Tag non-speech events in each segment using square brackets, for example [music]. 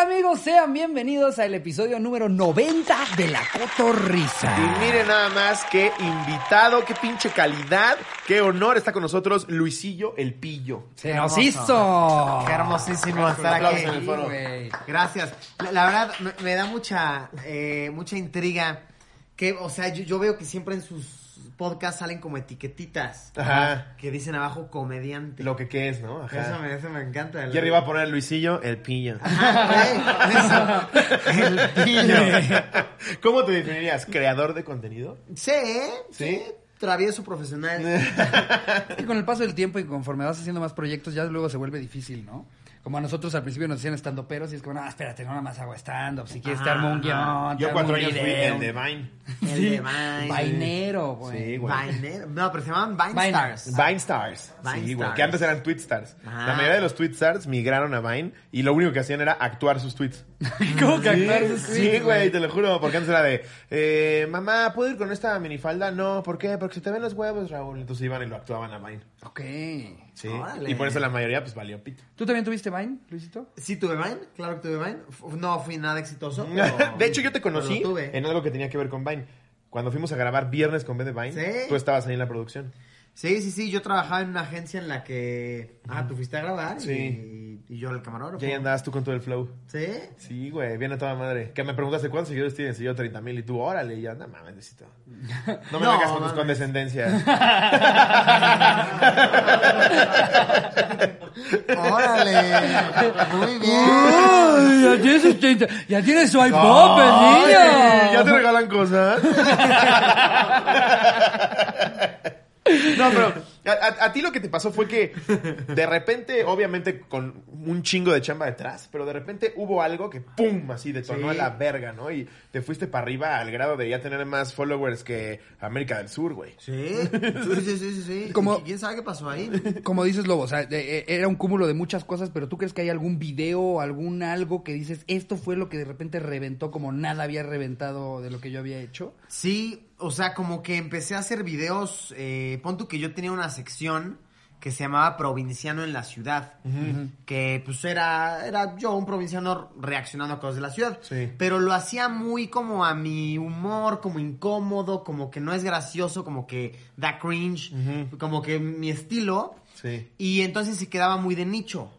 amigos? Sean bienvenidos al episodio número 90 de La Cotorrisa. Ah. Y miren nada más qué invitado, qué pinche calidad, qué honor está con nosotros Luisillo el Pillo. ¡Se nos hizo! Qué hermosísimo Aplausos, estar aquí. aplausos en el foro. Güey. Gracias. La, la verdad, me, me da mucha, eh, mucha intriga. Que, o sea, yo, yo veo que siempre en sus podcasts salen como etiquetitas. Ajá. Que dicen abajo comediante. Lo que que es, ¿no? Ajá. Eso me, eso me encanta. Y arriba va a poner Luisillo el Pillo. Ah, güey, eso. [laughs] [laughs] El [laughs] pillo. ¿Cómo te definirías? ¿Creador de contenido? Sí, ¿eh? ¿Sí? [laughs] Travieso profesional. Y con el paso del tiempo y conforme vas haciendo más proyectos, ya luego se vuelve difícil, ¿no? Como a nosotros al principio nos decían estando peros y es como, no, espérate, no nada más hago stand-up. Si quieres, te armo un guión. te Yo armo cuatro un años fui video". el de Vine. El Sí. de Vine. Vainero, güey. Sí, güey. Vine. No, pero se llaman Vine, Vine. Stars. Vine Stars. Vine sí, güey. Stars. Que antes eran Tweet Stars. Ah. La mayoría de los Tweet Stars migraron a Vine y lo único que hacían era actuar sus tweets. ¿Cómo que Sí, actuar sus Sí, tweets, güey, te lo juro. Porque antes era de, eh, mamá, ¿puedo ir con esta minifalda? No, ¿por qué? Porque se te ven los huevos, Raúl. Entonces iban y lo actuaban a Vine. Ok. Sí. Órale. Y por eso la mayoría, pues valió pito. ¿Tú también tuviste Vine, Luisito? Sí, tuve Vine. Claro que tuve Vine. F- No fui nada exitoso. pero- [laughs] De hecho, yo te pero lo conocí tuve. en algo que tenía que ver con Vine. Cuando fuimos a grabar Viernes con B de Vine, Sí. tú estabas ahí en la producción. Sí, sí, sí, yo trabajaba en una agencia en la que... Ah, tú fuiste a grabar Sí. y, y yo el camarógrafo. Y ahí andabas tú con todo el flow. ¿Sí? Sí, güey, viene a toda madre. Que me preguntaste cuántos seguidores tienes. Y yo 30 mil. Y tú, órale. Y yo, no mames, necesito. [laughs] No me No, vengas con tus [laughs] mames. condescendencias. ¡Órale! [laughs] Muy [laughs] bien. ¡Ay, ya tienes, ochenta- ya tienes su iPod, Ay, pues, niño! Ya te regalan cosas. [laughs] No, pero a, a- a ti lo que te pasó fue que de repente, obviamente con un chingo de chamba detrás, pero de repente hubo algo que ¡pum! así detonó Sí. a la verga, ¿no? Y te fuiste para arriba al grado de ya tener más followers que América del Sur, güey. Sí, sí, sí, sí, sí, sí. Como- ¿Y ¿Quién sabe qué pasó ahí? Como dices, Lobo, o sea, de- eh, era un cúmulo de muchas cosas, pero ¿tú crees que hay algún video, algún algo que dices, esto fue lo que de repente reventó como nada había reventado de lo que yo había hecho? Sí, o sea, como que empecé a hacer videos. Eh, pon tú que yo tenía una sección que se llamaba Provinciano en la Ciudad. Que pues era, era yo un provinciano reaccionando a cosas de la ciudad. Sí. Pero lo hacía muy como a mi humor, como incómodo, como que no es gracioso, como que da cringe, Ujú. como que mi estilo. Sí. Y entonces se quedaba muy de nicho.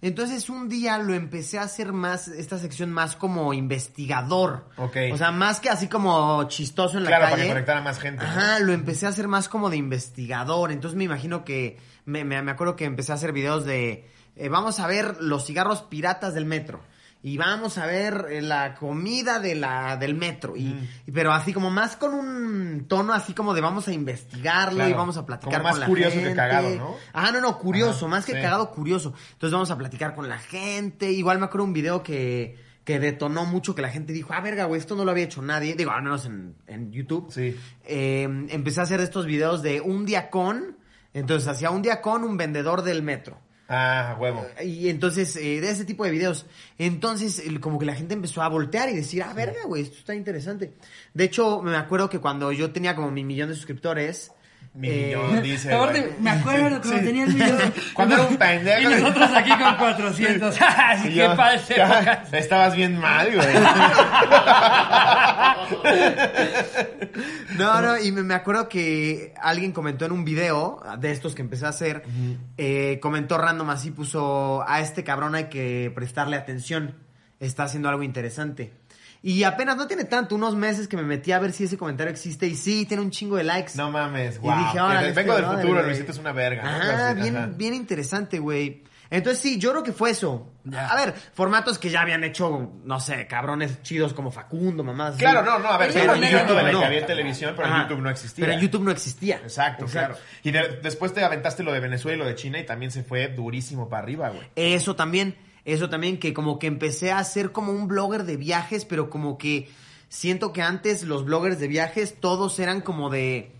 Entonces un día lo empecé a hacer más, esta sección más como investigador. Ok. O sea, más que así como chistoso en Claro, la para calle. que conectara más gente, ¿no? Ajá, lo empecé a hacer más como de investigador. Entonces me imagino que. Me, me- me acuerdo que empecé a hacer videos de. eh, vamos a ver los cigarros piratas del metro. Y vamos a ver eh, la comida de la, del metro. Y, Mm. y- pero así como más con un tono así como de vamos a investigarlo y Claro, vamos a platicar como más con la curioso que gente. cagado, ¿no? Ah, no, no, curioso, Ajá, más que sí. cagado, curioso. Entonces vamos a platicar con la gente. Igual me acuerdo un video que, que detonó mucho, que la gente dijo, ah, verga, güey, esto no lo había hecho nadie. Digo, al menos en, en YouTube. Sí. Eh, empecé a hacer estos videos de un día con. Entonces hacía un día con un vendedor del metro. Ah, [laughs] huevo. Y entonces, eh, de ese tipo de videos. Entonces, el- como que la gente empezó a voltear y decir, ah, verga, güey, esto está interesante. De hecho, me acuerdo que cuando yo tenía como mi millón de suscriptores. Mi eh, millón, dice. güey. me acuerdo cuando tenía el [laughs] video. Cuando era un pendejo. aquí con 400. [laughs] ¡Ay, Y yo, ya, Estabas bien mal, güey. [laughs] No, no, y me, me acuerdo que alguien comentó en un video de estos que empecé a hacer, eh, comentó random así, puso, a este cabrón hay que prestarle atención, está haciendo algo interesante. Y apenas, no tiene tanto, unos meses que me metí a ver si ese comentario existe y sí, tiene un chingo de likes. No mames, Y wow. dije, Que "Órale, te- este vengo del brother, futuro, güey". Luisito es una verga. ¿no? Ajá, Así, bien, ajá. bien interesante, güey. Entonces sí, yo creo que fue eso. Ya. A ver, formatos que ya habían hecho, no sé, cabrones chidos como Facundo, mamás. así. Claro, no, no, a ver, Pero pero en yo no, YouTube, en el no. que había en televisión, pero en Ajá. YouTube no existía. Pero en YouTube no existía. Exacto, claro. Y de- después te aventaste lo de Venezuela y lo de China y también se fue durísimo para arriba, güey. Eso también, eso también, que como que empecé a ser como un blogger de viajes, pero como que siento que antes los bloggers de viajes todos eran como de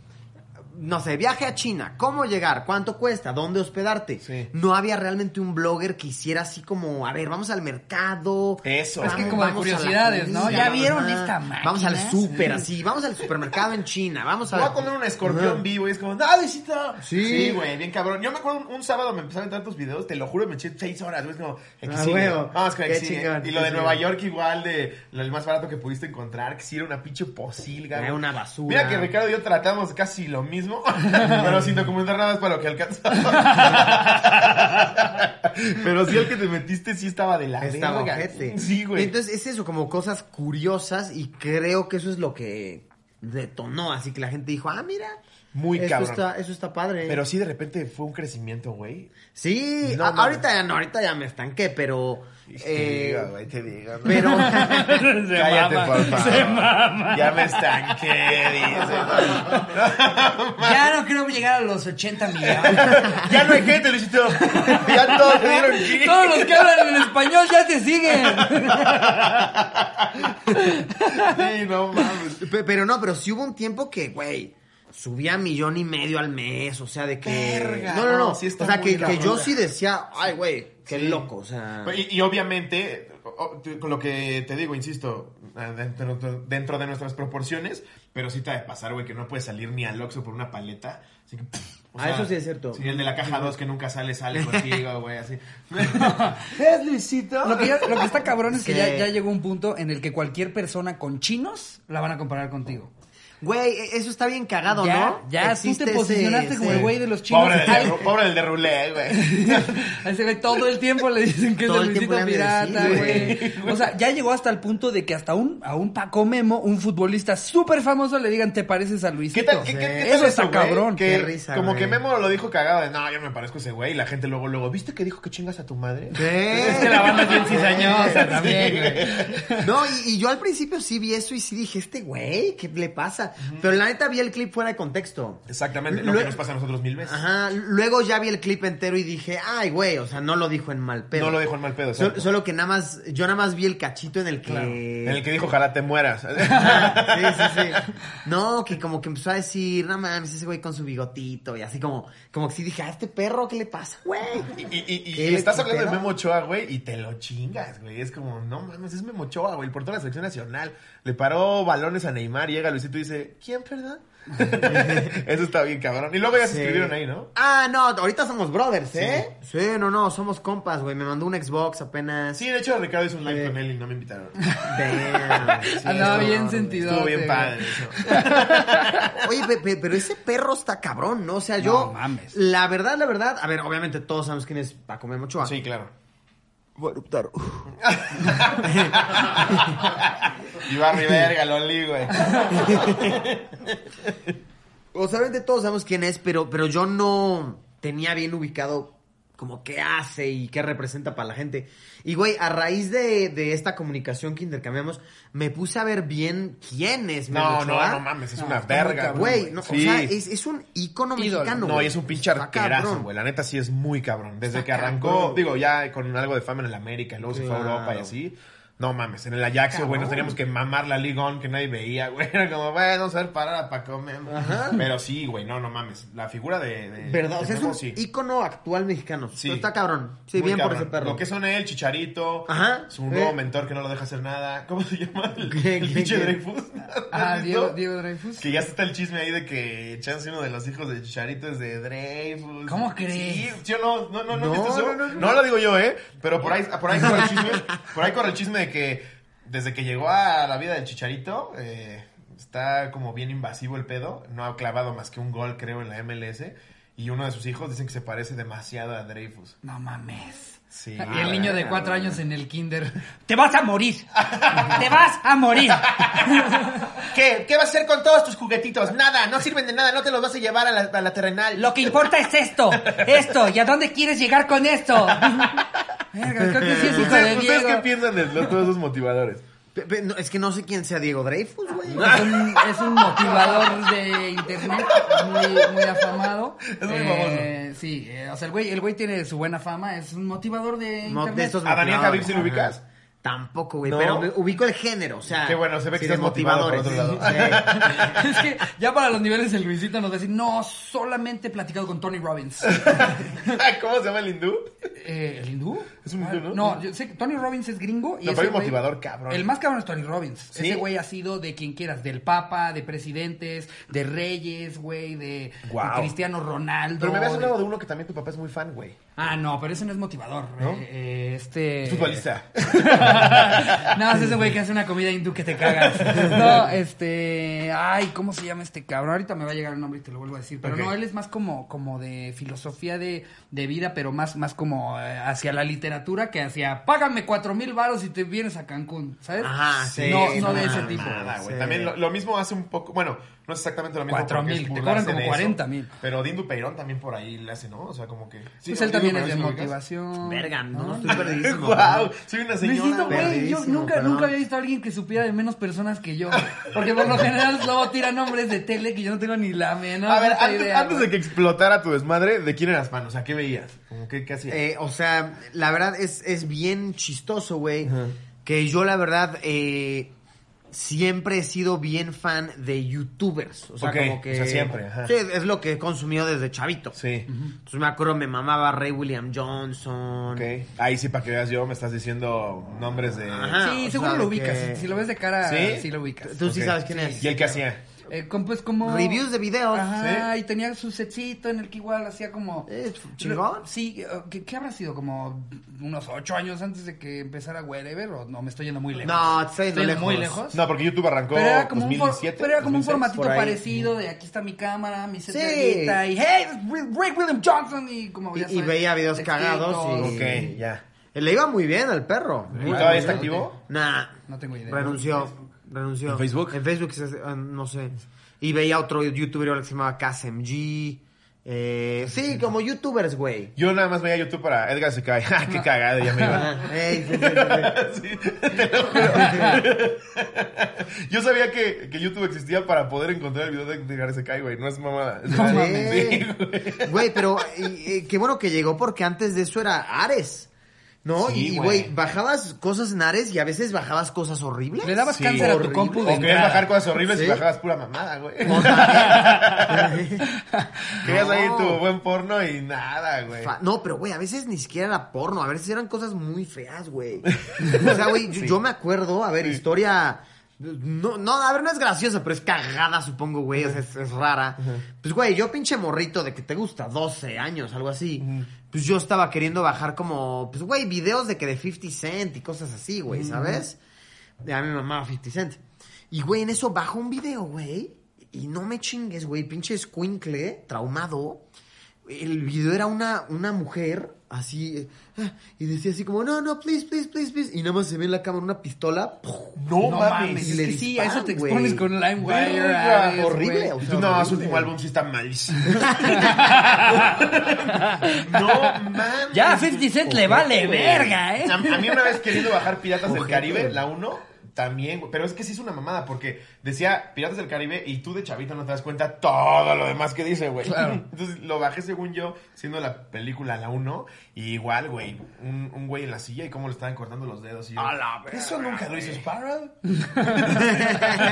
no sé, viaje a China, ¿cómo llegar? ¿Cuánto cuesta? ¿Dónde hospedarte? Sí. No había realmente un blogger que hiciera así como, a ver, vamos al mercado. Eso. Es que vamos- como de vamos a la curiosidades, ¿no? comida, ¿Ya vieron ajá. esta máquina? Vamos al súper, Sí. así, vamos al supermercado en China, vamos a... Voy a comer un escorpión Ajá. vivo y es como, ¡ah, visita! Sí. güey, bien cabrón. Yo me acuerdo un, un sábado me empezaron a entrar tus videos, te lo juro, me eché seis horas, güey. Es como, Ah, Xvideos. huevo. Vamos con Qué Xvideos. chingón, Y lo qué de Nueva chingón. York, igual, de lo más barato que pudiste encontrar, que si era una pinche posilga. Era güey. una basura. Mira que Ricardo y yo tratamos casi lo mismo, [laughs] pero sin documentar nada más para lo que alcanzamos. pero sí, el que te metiste sí estaba de la Estaba verga. ojete. Sí, güey. Entonces es eso, como cosas curiosas y creo que eso es lo que detonó, así que la gente dijo, ah, mira. Muy esto cabrón. Está, eso está padre. Pero sí, de repente fue un crecimiento, güey. sí, No a- mames. ahorita ya no, ahorita ya me estanqué, pero... eh, digo, güey, te [laughs] digo. güey. [laughs] pero... Se Cállate, mama, por favor. Se mama. Ya me estanqué, dice. Ya no creo llegar a los 80 millones. [laughs] ya no hay gente, Luisito. Ya todos te dieron aquí. Todos los que hablan en español ya te siguen. Sí, no mames. Pe- Pero no, pero sí hubo un tiempo que, güey, subía millón y medio al mes, o sea, de que... Verga, no, no, no, no. sí está o sea, muy que, la que yo onda. sí decía, ay, güey, qué Sí. loco, o sea... Y, y obviamente, o- o- con lo que te digo, insisto, dentro, dentro de nuestras proporciones, pero sí te ha de pasar, güey, que no puedes salir ni al Oxxo por una paleta. Así que, pff, o Ah, eso sí es cierto. Sí, el de la caja 2 que nunca sale, [laughs] sale contigo, güey, así. ¿Es Luisito? Lo que, ya- lo que está cabrón es que Sí. ya, ya llegó un punto en el que cualquier persona con chinos la van a comparar contigo. Güey, e- eso está bien cagado, ya, ¿no? ya, tú Existe te ese- posicionaste como ese- el güey de los chinos. Pobre del, Al- de- pobre del de Rulé, güey. A ese güey todo el tiempo le dicen que es Todo el el tiempo Luisito le han de Pirata, güey. decir, O sea, ya llegó hasta el punto de que hasta un, a un Paco Memo, un futbolista súper famoso, le digan, te pareces a Luisito. ¿Qué tal, qué, qué- qué Eso tal está güey? cabrón. Que qué risa, como güey. que Memo lo dijo cagado de, no, yo no me parezco a ese güey. Y la gente luego, luego, ¿viste que dijo que chingas a tu madre? ¿Qué? Es que la banda es bien cizañosa [laughs] Sí, también, güey. No, y, y yo al principio sí vi eso y sí dije, este güey, ¿qué le pasa? Pero la neta vi el clip fuera de contexto. Exactamente, lo Lo- que nos pasa a nosotros mil veces. Ajá, luego ya vi el clip entero y dije, ay, güey, o sea, no lo dijo en mal pedo. No lo dijo en mal pedo, Sol- exacto. solo que nada más, yo nada más vi el cachito en el que... eh, En el que dijo, ojalá te mueras. [laughs] [laughs] Ajá, sí, sí, sí. No, que como que empezó a decir, no mames, ese güey con su bigotito y así como, como que sí dije, a este perro, ¿qué le pasa, güey? Y, y- y- y ¿Qué le estás hablando de quitaron? Memo Ochoa, güey, y te lo chingas, güey. Es como, no mames, es Memo Ochoa, güey, por toda la selección nacional. Le paró balones a Neymar, llega Luisito y dice, ¿quién, perdón? [laughs] Eso está bien, cabrón. Y luego ya se Sí. escribieron ahí, ¿no? Ah, no, ahorita somos brothers, ¿eh? Sí, no, no, somos compas, güey. Me mandó un Xbox apenas. Sí, de hecho, Ricardo hizo un live Sí. con él y no me [laughs] invitaron. [laughs] Damn, sí, Andaba no, bien güey. sentido. Estuvo bien padre eso. Oye, pe- pe- pero ese perro está cabrón, ¿no? O sea, yo. No mames. La verdad, la verdad. A ver, obviamente todos sabemos quién es Paco Memochoa. Sí, claro. Ibarri, verga, lo olí, güey. O sea, obviamente todos sabemos quién es, pero, pero yo no tenía bien ubicado como qué hace y qué representa para la gente. Y, güey, a raíz de, de esta comunicación que intercambiamos, me puse a ver bien quién es No, Memo no, Ochoa. no mames, es No, una está muy verga, cabrón, Güey, no, Sí. o sea, es, es un ícono Ídolo. mexicano. No, güey. y es un pinche Está arquerazo, cabrón. güey. La neta sí es muy cabrón. Desde Está que arrancó, cabrón. digo, ya con algo de fama en el América, y luego se fue a Claro. Europa y así. No mames, en el Ajaxo, güey, nos teníamos que mamar la Liga On que nadie veía, güey. Era como, güey, vamos a ver parar a Paco Memo. Pero sí, güey, no, no mames. La figura de. de- ¿Verdad? de O sea, es Memo, un sí. ícono actual mexicano. Sí. Pero Está cabrón. Sí, Muy bien por cabrón. ese perro. Lo que son él, Chicharito, Ajá. su nuevo Eh. mentor que no lo deja hacer nada. [laughs] ¿Cómo se llama? [laughs] El, ¿Qué, el qué, pinche qué? Dreyfus. Ah, ¿Has visto? Diego, Diego Dreyfus. Que ya está el chisme ahí de que chance uno de los hijos de Chicharito es de Dreyfus. ¿Cómo Sí, crees? yo no, no, no, no, No, ¿viste eso? no, no, no. lo digo yo, ¿eh? Pero por ahí, por ahí corre el [laughs] chisme, por ahí corre el chisme de que desde que llegó a la vida del Chicharito, eh, está como bien invasivo el pedo, no ha clavado más que un gol, creo, en la MLS. Y uno de sus hijos dicen que se parece demasiado a Dreyfus. No mames. Sí. Y Ah, el niño [laughs] de cuatro años en el kinder. ¡Te vas a morir! ¡Te vas a [laughs] morir! ¿Qué? ¿Qué vas a hacer con todos tus juguetitos? Nada, no sirven de nada, no te los vas a llevar a la, a la terrenal. Lo que importa es esto, esto, y a dónde quieres llegar con esto. Verga, creo que sí es hijo de ¿Ustedes, ustedes qué Diego. piensan de los- todos esos motivadores? [laughs] Pe- pe- no, es que no sé quién sea Diego Dreyfus, güey. Ah. Es un, es un motivador de internet muy, muy afamado. Es muy Eh, Sí, eh, o sea, el güey, el güey tiene su buena fama, es un motivador de Mo- internet. de estos ¿A Daniel motivadores. Javib sí lo ubicas? Ajá. Tampoco, güey. ¿No? Pero me ubico el género, o sea. Qué bueno, se ve que sí, de estás motivado por motivadores. otro Sí. [laughs] Es que ya para los niveles el Luisito nos va a decir, no, solamente he platicado con Tony Robbins. Ah, ¿Cómo se llama el hindú? Eh, ¿El hindú? Es un hindú, ¿no? yo sé que Tony Robbins es gringo. Y No, pero ese hay un güey- motivador cabrón. El más cabrón es Tony Robbins. ¿Sí? Ese güey ha sido de quien quieras, del Papa, de presidentes, de reyes, güey, de, Guau. de Cristiano Ronaldo. Pero me habías de- hablado de uno que también tu papá es muy fan, güey. Ah, no, pero ese no es motivador. ¿No? eh, eh, este... Es futbolista. Nada más ese güey que hace una comida hindú que te cagas. No, este. Ay, ¿cómo se llama este cabrón? Ahorita me va a llegar el nombre y te lo vuelvo a decir. Pero Ok. no, él es más como, como de filosofía de, de vida, pero más, más como eh, hacia la literatura que hacia págame cuatro mil varos y te vienes a Cancún, ¿sabes? ah, Ajá, sí, No, es no una de ese mamada, tipo. Nada, güey. Sí. También lo, lo mismo hace un poco. Bueno, no es exactamente lo mismo. Cuatro porque es mil, te burlarse cobran como de eso, 40 mil. Pero Dindu Peirón también por ahí le hace, ¿no? O sea, como que. pues él también es de motivación motivación. Verga, no, ¿no? estoy [laughs] perdidísimo. ¡Wow! Soy una señora. Luisito, güey, yo Perdidísimo, nunca, perdón. nunca había visto a alguien que supiera de menos personas que yo. Porque por lo general luego tira nombres de tele que yo no tengo ni la menor a ver, puta antes, idea, antes güey. de que explotara tu desmadre, ¿de quién eras fan? O sea, ¿qué veías? Como que, ¿Qué hacías? Eh, o sea, la verdad es, es bien chistoso, güey. Ajá. Que yo, la verdad, eh, siempre he sido bien fan de youtubers. O sea, Ok, como que. o sea, siempre, ajá. Sí, es lo que he consumido desde chavito. sí. Entonces me acuerdo, me mamaba Ray William Johnson. Ok. Ahí sí, para que veas yo, me estás diciendo nombres de. Ajá. Sí, Ah, o seguro sea, lo de ubicas. que- Si, si lo ves de cara, ¿Sí? sí, lo ubicas. Tú sí Ok. sabes quién es. ¿Y el que hacía? Eh, con, pues como... Reviews de videos. Ajá, ¿Sí? y tenía su setcito en el que igual hacía como... Eh, chingón. Sí, eh, ¿qué, qué habrá sido? ¿Como unos ocho años antes de que empezara Wherever? ¿O no? ¿Me estoy yendo muy lejos? No, te estoy yendo muy lejos. lejos. No, porque YouTube arrancó Pero era como, un, for- 2007. pero era como un 2006, formatito por ahí. parecido de aquí está mi cámara, mi Sí. setcita y hey, it's Ray- Ray William Johnson y como Y- ya y sabes, veía videos textitos. cagados y- Ok, ya. Le iba muy bien al perro. Muy ¿Todavía bien. está activo? Nah. No tengo idea. Renunció. Renunció. ¿En Facebook? En Facebook, se hace- ah, no sé. Y veía otro youtuber que se llamaba KSMG. Eh, sí, como youtubers, güey. Yo nada más veía YouTube para Edgar se cae. [laughs] ¡Ja, qué cagada! Ya me iba. Ah, ey, sí, sí, sí, [laughs] Sí, te lo juro. Yo sabía que, que YouTube existía para poder encontrar el video de Edgar se cae, güey. [laughs] No es mamada. Es No real. mames. Sí, güey. sí. Güey, pero y- y qué bueno que llegó porque antes de eso era Ares. ¿No? Sí, y, güey. güey, bajabas cosas en Ares y a veces bajabas cosas horribles. Le dabas Sí. cáncer a tu Horrible. compu O de querías entrada. bajar cosas horribles y Sí. bajabas pura mamada, güey. O [laughs] [laughs] sea, Querías ahí No. tu buen porno y nada, güey. Fa- No, pero güey, a veces ni siquiera era porno, a veces eran cosas muy feas, güey. O sea, güey, yo, yo me acuerdo, a ver, historia. No, no, a ver, no es graciosa, pero es cagada, supongo, güey, o sea, es, es rara. Pues, güey, yo pinche morrito de que te gusta, 12 años, algo así. Pues yo estaba queriendo bajar como, pues, güey, videos de que de 50 Cent y cosas así, güey, ¿sabes? De a mi mamá 50 Cent. Y, güey, en eso bajo un video, güey. Y no me chingues, güey. Pinche escuincle, traumado. El video era una, una mujer, así. eh, ah, Y decía así como, no, no, please, please, please, please. Y nada más se ve en la cámara una pistola. ¡pum! No, No mames. mames, es le que sí, a eso te disparan, expones güey. con LimeWire. Verga, Ares, horrible, güey. o Y sea, tú, no, su horrible. último álbum sí [laughs] está malísimo. no mames. Ya, a 50 Cent le vale Güey. verga, ¿eh? A, a mí una vez queriendo bajar Piratas del Ojete. Caribe, la 1, también, güey. Pero es que sí es una mamada, porque decía Piratas del Caribe y tú de chavito no te das cuenta todo lo demás que dice, güey. Claro. [laughs] Entonces lo bajé, según yo, siendo la película la 1, y igual, güey, un, un güey en la silla y cómo le estaban cortando los dedos. Y yo, A la Eso verga, nunca lo hizo [laughs] güey. Sparrow. [laughs]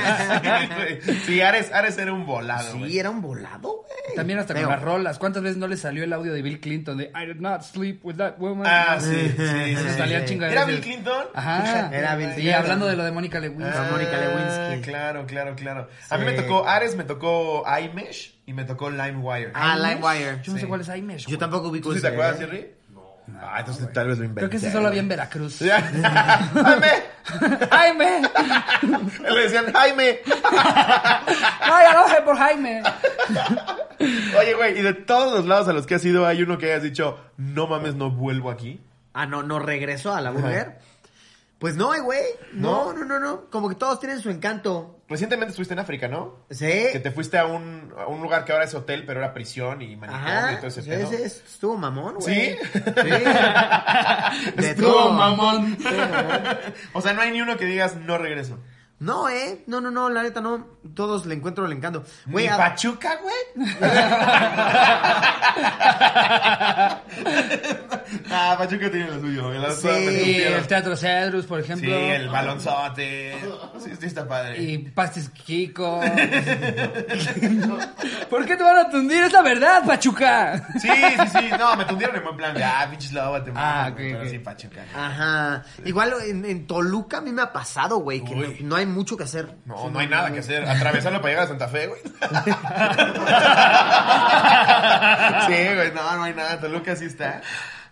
sí, Ares, Ares era un volado, güey. Sí, era un volado, güey. También hasta Feo. con las rolas. ¿Cuántas veces no le salió el audio de Bill Clinton de I did not sleep with that woman? Ah, sí, sí, sí, Eso sí. salía un chingo de ¿Era veces. Bill Clinton? Ajá. [laughs] Era Bill Sí, Clinton. hablando de lo de Mónica Lewinsky. Ah, Mónica Lewinsky. Claro, claro, claro. A mí Sí. me tocó Ares, me tocó iMesh y me tocó LimeWire. Ah, LimeWire. Yo no Sí. sé cuál es iMesh. Yo güey. tampoco ubico ¿Tú sí ese, te acuerdas, ¿eh? Jerry? No. Ah, entonces tal vez lo inventé. Creo que ese solo había en [laughs] Veracruz. Sí. ¡Jaime! [laughs] [laughs] ¡Jaime! Le decían Jaime. ¡Ay, aloje por Jaime! Oye, güey, y de todos los lados a los que has ido, hay uno que hayas dicho, no mames, no vuelvo aquí. Ah, no, no regresó a la burger. Pues no, eh, güey. No, no, no, no. Como que todos tienen su encanto. Recientemente estuviste en África, ¿no? Sí. Que te fuiste a un, a un lugar que ahora es hotel, pero era prisión y manicomio y todo ese sí, pedo. sí, [laughs] estuvo mamón, ¿Sí? güey. [laughs] Sí. De Estuvo todo. mamón. O sea, no hay ni uno que digas no regreso. No, eh. No, no, no, la neta no. Todos le encuentro el encanto. Güey, Ni a- Pachuca, güey? ah, Pachuca tiene lo suyo. el otro Sí, Y tiene lo el suyo. Teatro Cedrus, por ejemplo. Sí, el balonzote. Sí, sí está padre. Y Pastis Kiko. [laughs] ¿Por qué te van a tundir? Es la verdad, Pachuca. Sí, sí, sí. No, me tundieron en buen plan. de, Ah, pinches lobo, te Ah, mamas, güey, ok, Pero ok. sí, Pachuca. Ajá. Igual en, en Toluca a mí me ha pasado, güey, que Uy. no, no hay mucho que hacer. No, no hay nada que hacer. Atravesarlo para llegar a Santa Fe, [laughs] güey. sí, güey, no, no hay nada. Toluca sí está.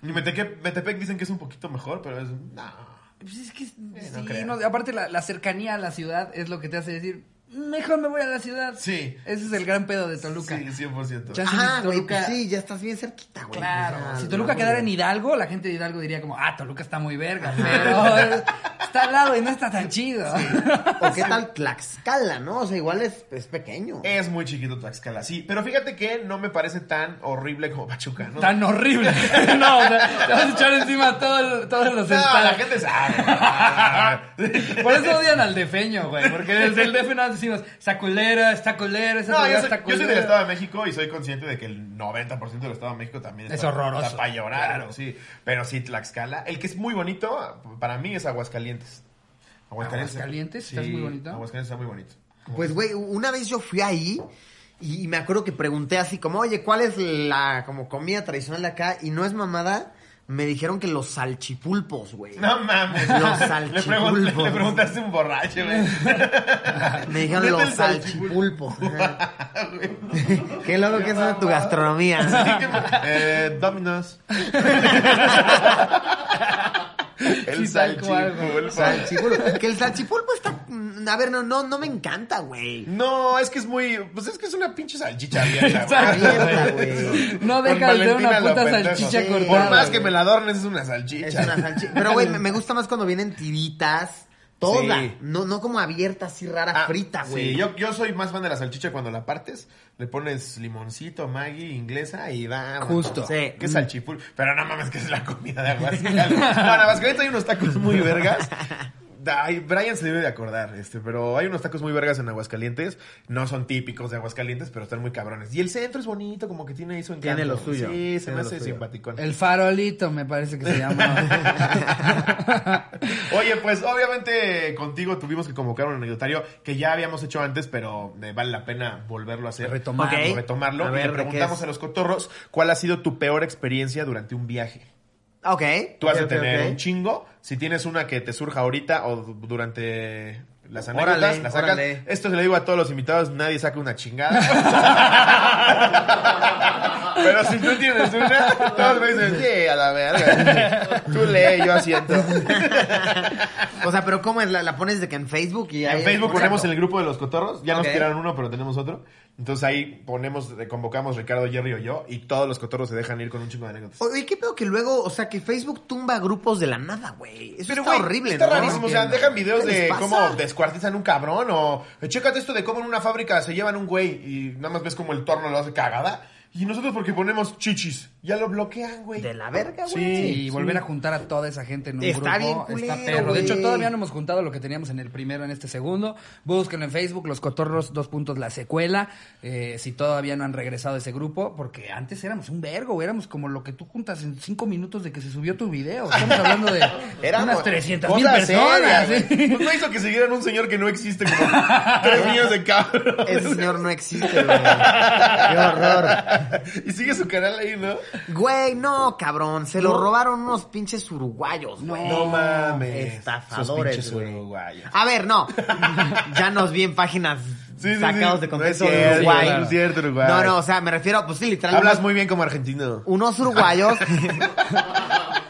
Y Metepec, Metepec dicen que es un poquito mejor, pero es. No. Pues es que no sí, creo. no, aparte la, la cercanía a la ciudad es lo que te hace decir, mejor me voy a la ciudad. Sí. Ese es el gran pedo de Toluca. Sí, 100%. Chance Ajá, si güey, Toluca- pues sí, ya estás bien cerquita, güey. Claro, O sea, si Toluca no, quedara en güey. Hidalgo, la gente de Hidalgo diría como, ah, Toluca está muy verga, pero eh, está al lado y no está tan chido. [laughs] O qué tal Tlaxcala, ¿no? O sea, igual es, es pequeño. Es muy chiquito Tlaxcala, sí. Pero fíjate que no me parece tan horrible como Pachuca, ¿no? Tan horrible. [laughs] no, o sea, te vas a echar encima todo, el- todos los No, la estados. gente [laughs] sabe. Por eso odian al defeño, güey, porque desde el DF nos decimos, está culera, está culera, esa No, ciudad yo soy, está ¿eh? yo soy del culera". Estado de México y soy consciente de que el 90% del Estado de México también Es horroroso. Está para llorar, Claro. sí. Pero sí, Tlaxcala. El que es muy bonito, para mí, es Aguascalientes. Aguascalientes, ¿estás muy bonito? Aguascalientes está muy bonito. Pues, güey, una vez yo fui ahí y, y me acuerdo que pregunté así como, oye, ¿cuál es la como comida tradicional de acá? Y no es mamada, me dijeron que los salchipulpos, güey. No mames. Los [laughs] le, salchipulpos. preguntaste, le preguntaste a un borracho, [laughs] güey. [laughs] Me dijeron Neta, el los salchipulpos. Ajá. Qué loco que es eso de tu Sí, [laughs] gastronomía. qué ma- eh, Dominos. [laughs] El Sí, tal cual, güey. salchipulpo. Salchipulpo. Que el salchipulpo está... mm, A ver, no, no, no me encanta, güey. No, es que es muy. Pues es que es una pinche salchicha [laughs] abierta. Exacto. Abierta, güey. No Con deja de ser Valentina una lo puta pendejo. salchicha Sí. cortada. Por más que güey. me la adornes, es una salchicha. Es una salchicha. Pero, güey, me- me gusta más cuando vienen tiritas. Toda. Sí. No, no como abierta, así rara, Ah, frita, güey. Sí, yo, yo soy más fan de la salchicha cuando la partes. Le pones limoncito, Maggi, inglesa y va. Justo. Sí. Que salchipul. Pero no mames, que es la comida de Aguascalientes. [laughs] no, en Aguascalientes hay unos tacos muy vergas. Ay, Brian se debe de acordar, este, pero hay unos tacos muy vergas en Aguascalientes. No son típicos de Aguascalientes, pero están muy cabrones. Y el centro es bonito, como que tiene ahí su encanto. Tiene lo suyo. Sí, se Tiene me lo hace suyo. simpaticón. El farolito me parece que se llama. Oye, pues obviamente contigo tuvimos que convocar un anecdotario que ya habíamos hecho antes, pero eh, vale la pena volverlo a hacer. Retomarlo. Ok. Retomarlo. A Y le ver, ¿de qué preguntamos es? a los cotorros cuál ha sido tu peor experiencia durante un viaje. Ok. Tú vas Ok, a ok, tener ok. un chingo. Si tienes una que te surja ahorita o du- durante las anécdotas, Órale, la sacas. órale. Esto se lo digo a todos los invitados, nadie saca una [laughs] chingada. Pero si tú tienes una, todos me dicen, sí, a la [laughs] verga. Tú lee, yo asiento. O sea, pero ¿cómo es? ¿La, la pones de que en Facebook y ahí- En Facebook Exacto. ponemos en el grupo de los cotorros. Ya Ok. nos tiraron uno, pero tenemos otro. Entonces ahí ponemos, eh, convocamos Ricardo, Jerry o yo. Y todos los cotorros se dejan ir con un chingo de anécdotas. Oye, ¿qué pedo que luego, o sea, que Facebook tumba grupos de la nada, güey? Eso está güey, horrible, está ¿no? rarísimo. O sea, Entiendo. dejan videos ¿Qué les de pasa? cómo descuartizan un cabrón o eh, chécate esto de cómo en una fábrica se llevan un güey y nada más ves como el torno lo hace cagada. Y nosotros porque ponemos chichis, ya lo bloquean, güey. De la verga, güey. Sí, y volver a juntar a toda esa gente en un Está grupo bien está culero, perro. De güey. hecho, todavía no hemos juntado lo que teníamos en el primero, en este segundo. Búsquenlo en Facebook, Los Cotorros, dos puntos, la secuela. Eh, si todavía no han regresado a ese grupo, porque antes éramos un vergo, güey, éramos como lo que tú juntas en cinco minutos de que se subió tu video. Estamos hablando de Eran unas co- 300 mil cosas personas. serias, ¿sí? güey. Pues no hizo que siguieran un señor que no existe [laughs] como tres niños de cabrón. [laughs] Ese señor no existe, güey. Qué horror. y sigue su canal ahí, ¿no? Güey, no, cabrón. Se lo robaron unos pinches uruguayos, güey. No mames. Esos Estafadores, pinches güey. uruguayos. A ver, no. ya nos vi en páginas Sí, sí, sacados sí. de No es contexto de cierto, Uruguay. no es cierto, Uruguay. No, no, o sea, me refiero, pues sí, literalmente. Hablas muy bien como argentino. unos uruguayos. [laughs]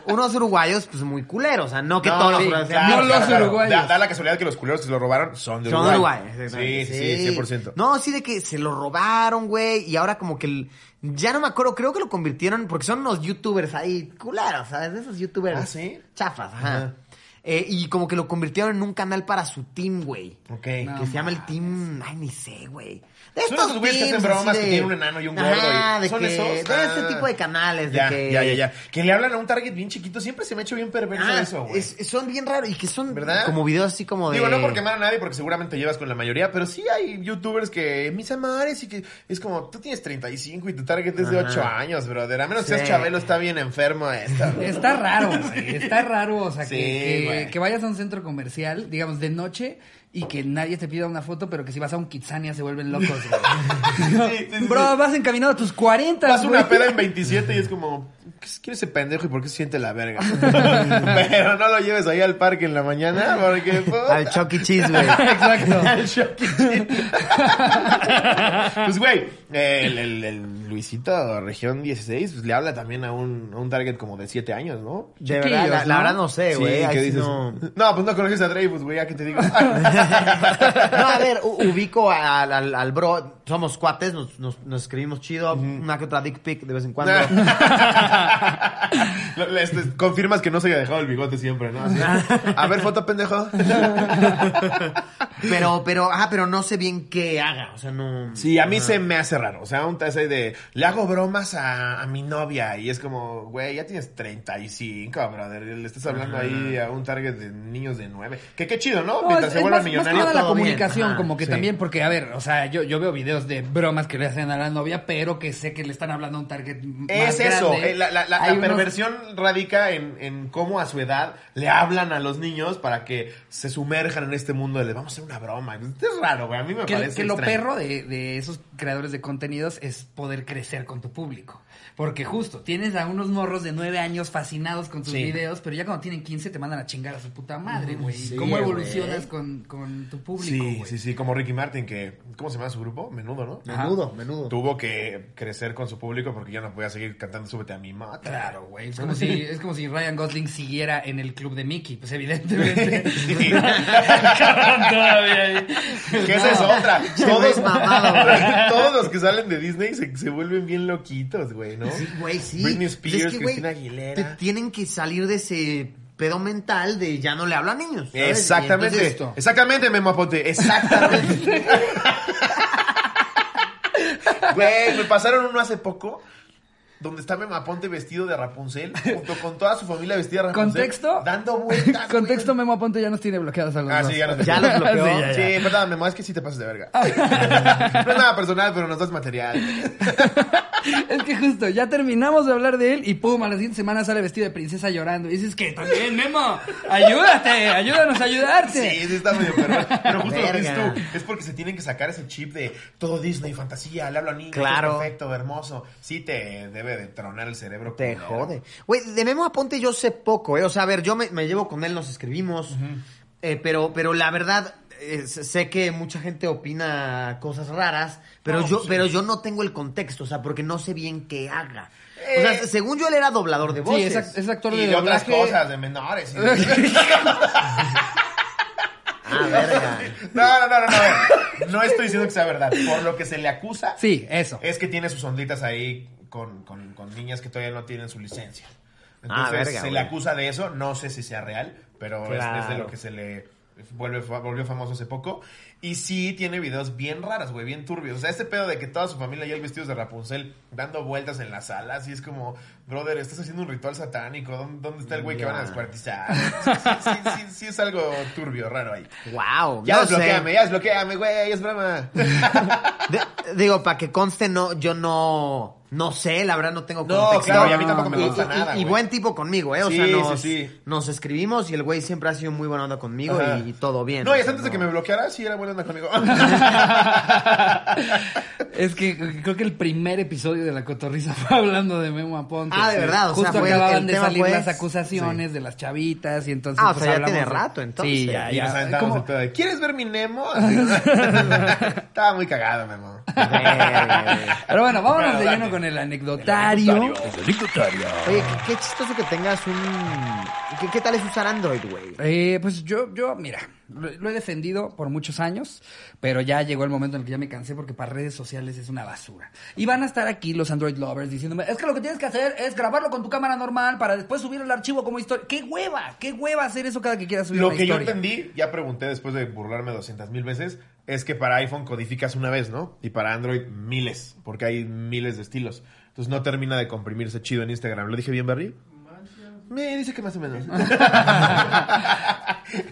unos uruguayos, pues muy culeros. O sea, no que todos los sí, uruguayos sean No claro, los claro, claro. uruguayos. Da, da la casualidad que los culeros que se lo robaron son de Son Uruguay. de Uruguay, exactamente. Sí, sí, sí, 100%. No, sí, de que se lo robaron, güey. Y ahora como que... el- ya no me acuerdo, creo que lo convirtieron... Porque son unos youtubers ahí culeros, ¿sabes? De esos youtubers Ah, ¿sí? chafas, ajá. Ajá. eh, y como que lo convirtieron en un canal para su team, güey. Ok. No. que se llama el team. Ay, ni sé, güey. De Son esos güeyes que hacen teams bromas así que tienen un enano y un gordo Ajá, y- de ¿son que- esos? De este Ah. tipo de canales. De Ya, que, ya, ya, ya. Que le hablan a un target bien chiquito. Siempre se me ha hecho bien perverso Ah, eso, güey. es- son bien raros y que son ¿Verdad? como videos así como de. Digo, no por quemar a nadie, porque seguramente llevas con la mayoría, pero sí hay youtubers que, mis amores, y que es como, tú tienes 35 y tu target es de Ajá. 8 años, brother. A menos que Sí. seas Chabelo, está bien enfermo [laughs] esta. Está raro, [laughs] güey, está raro, o sea, Sí, que, que- güey. que vayas a un centro comercial, digamos, de noche y que nadie te pida una foto, pero que si vas a un Kitsania se vuelven locos, güey. [laughs] Sí, sí, sí, Bro, sí. vas encaminado a tus 40, Vas a una güey. peda en 27 y es como, ¿qué es- ¿quién es ese pendejo y por qué se siente la [laughs] verga? pero no lo lleves ahí al parque en la mañana, porque... puta. Al Chucky E. Cheese, güey. [laughs] Exacto. [laughs] Al Chucky Cheese. [laughs] pues, güey, el, el- el Luisito, región 16, pues le habla también a un, a un target como de 7 años, ¿no? De verdad, la, Chiquillos, la ¿no? verdad no sé, Sí, güey. ahí ¿qué sí dices? no- [laughs] No. pues no conoces a Dreyfus, güey, ya que te [laughs] digo. [laughs] No, a ver, u- ubico al, al- al bro. Somos cuates, nos, nos- nos escribimos chido. Una que otra dick pic de vez en cuando. [laughs] [laughs] Lo- le- este, confirmas que no se haya dejado el bigote siempre, ¿no? Así, a ver, foto [laughs] pendejo. Pero, pero, ah, pero no sé bien qué haga. O sea, no. Sí, a mí se me hace raro. O sea, un tase de, le hago bromas a, a mi novia y es como, güey, ya tienes 35, brother. Le estás hablando ahí a un target de niños de 9. Que qué chido, No, ¿no? es, Mientras es se más, vuelvan más que millonarios. nada la todo bien, comunicación, ajá, como que sí. también, porque, a ver, o sea, yo, yo veo videos de bromas que le hacen a la novia, pero que sé que le están hablando a un target m- más Es eso, grande. eh, la, la- la- la Hay unos- perversión radica en, en cómo a su edad le hablan a los niños para que se sumerjan en este mundo de le vamos a hacer una broma. Es raro, güey, a mí me que, parece que lo extraño. perro de, de esos creadores de contenidos es poder crecer con tu público. Porque justo, tienes a unos morros de nueve años fascinados con tus Sí. videos, pero ya cuando tienen 15 te mandan a chingar a su puta madre, güey. sí, ¿Cómo güey. evolucionas con, con tu público, Sí, güey? sí, sí, como Ricky Martin, que, ¿cómo se llama su grupo? Menudo, ¿no? Menudo, menudo. Tuvo que crecer con su público porque ya no podía seguir cantando Súbete a mi mata. Claro, güey. Es como, si, es como si Ryan Gosling siguiera en el club de Mickey. Pues evidentemente. [laughs] [laughs] Sí. Cabrón, todavía ahí. [laughs] Que esa es No. [laughs] otra. Todos, güey, mamado, [laughs] güey. todos los que salen de Disney se, se vuelven bien loquitos, güey, ¿no? Sí, güey, sí. Britney Pues Spears, es que, güey, Cristina Aguilera. Te tienen que salir de ese pedo mental de ya no le hablo a niños. ¿sabes? Exactamente. Y entonces- Exactamente, Memo Aponte. [laughs] Exactamente. Güey, me pasaron uno hace poco. Donde está Memo Aponte vestido de Rapunzel, junto con toda su familia vestida de Rapunzel. Contexto. Dando vueltas. güey. Contexto, Memo Aponte ya nos tiene bloqueados a los Ah, dos. [laughs] sí, ya nos Ya los bloqueó. Sí, ya, Sí, perdón, Memo, es que sí te pasas de [laughs] verga. no es nada personal, pero nos das material. Es que justo, ya terminamos de hablar de él y pum, a la siguiente semana sale vestido de princesa llorando. Y dices que también, Memo, ayúdate, ayúdanos a ayudarte. Sí, sí, está medio perro. Pero justo lo que dices Este. Verga. tú. Es porque se tienen que sacar ese chip de todo Disney, fantasía, le hablo a niños, Claro. es perfecto, hermoso. Sí te debe de tronar el cerebro. Te culero. jode. Güey, de Memo Aponte yo sé poco, ¿eh? O sea, a ver, yo me, me llevo con él, nos escribimos. eh, pero, pero la verdad, eh, sé que mucha gente opina cosas raras, pero, No, yo, sí. pero yo no tengo el contexto, o sea, porque no sé bien qué haga. O Eh. sea, según yo él era doblador de Sí, voces. es, act- es actor Y de de otras doblaje. cosas, de menores. y de- [laughs] Ah, [laughs] verga. No, no, no, no, no. No estoy diciendo que sea verdad. Por lo que se le acusa [laughs] Sí, eso. [laughs] es que tiene sus onditas ahí con, con- con niñas que todavía no tienen su licencia. Entonces Ah, verga, se le güey. acusa de eso. No sé si sea real, pero es- es, de Claro. lo que se le vuelve, fa- volvió famoso hace poco. Y sí tiene videos bien raros, güey, bien turbios. O sea, este pedo de que toda su familia y él vestidos de Rapunzel dando vueltas en las salas. Y es como, brother, estás haciendo un ritual satánico. ¿Dónde, dónde está el güey que van a Ya. descuartizar? Sí, sí, sí, sí, sí es algo turbio, raro ahí. Wow, Ya no sé. desbloqueame, ya desbloqueame, güey, es broma. De- digo, para que conste, no, yo no, no sé, la verdad no tengo No, contexto. claro, y a mí tampoco me Y- consta y- nada, Y, güey. buen tipo conmigo, ¿eh? O Sí, sea, sí, nos, sí. nos escribimos y el güey siempre ha sido muy buena onda conmigo Ajá. y, y todo bien. No, o y sea, hasta antes de no. que me bloqueara, sí era buena onda [laughs] conmigo. Es que creo que el primer episodio de La Cotorrisa [laughs] fue hablando de Memo Aponte. Ah, de verdad, o sea, Justo fue el- acababan el de tema salir fue- las acusaciones de las chavitas y entonces... Ah, o pues, sea, ya hablamos de- tiene rato, entonces. Sí, ya, Y nos ya. aventamos Como- el pedo de, ¿quieres ver mi Nemo? Así, ¿no? [laughs] Estaba muy cagado, Memo. perro. Pero bueno, vámonos de Bueno, lleno date. con el anecdotario. Oye, qué, qué chistoso que tengas un... ¿Qué, qué tal es usar Android, güey? Eh, pues yo, yo, mira, lo, lo he defendido por muchos años, pero ya llegó el momento en el que ya me cansé porque para redes sociales es una basura. Y van a estar aquí los Android lovers diciéndome, es que lo que tienes que hacer es grabarlo con tu cámara normal para después subir el archivo como historia. ¡Qué hueva! ¡Qué hueva hacer eso cada que quieras subir Lo una que yo historia! entendí, ya pregunté después de burlarme 200 mil veces, es que para iPhone codificas una vez, ¿no? Y para Android miles, porque hay miles de estilos. Entonces no termina de comprimirse chido en Instagram. ¿Lo dije bien, Barry? Me dice que más o menos. [laughs]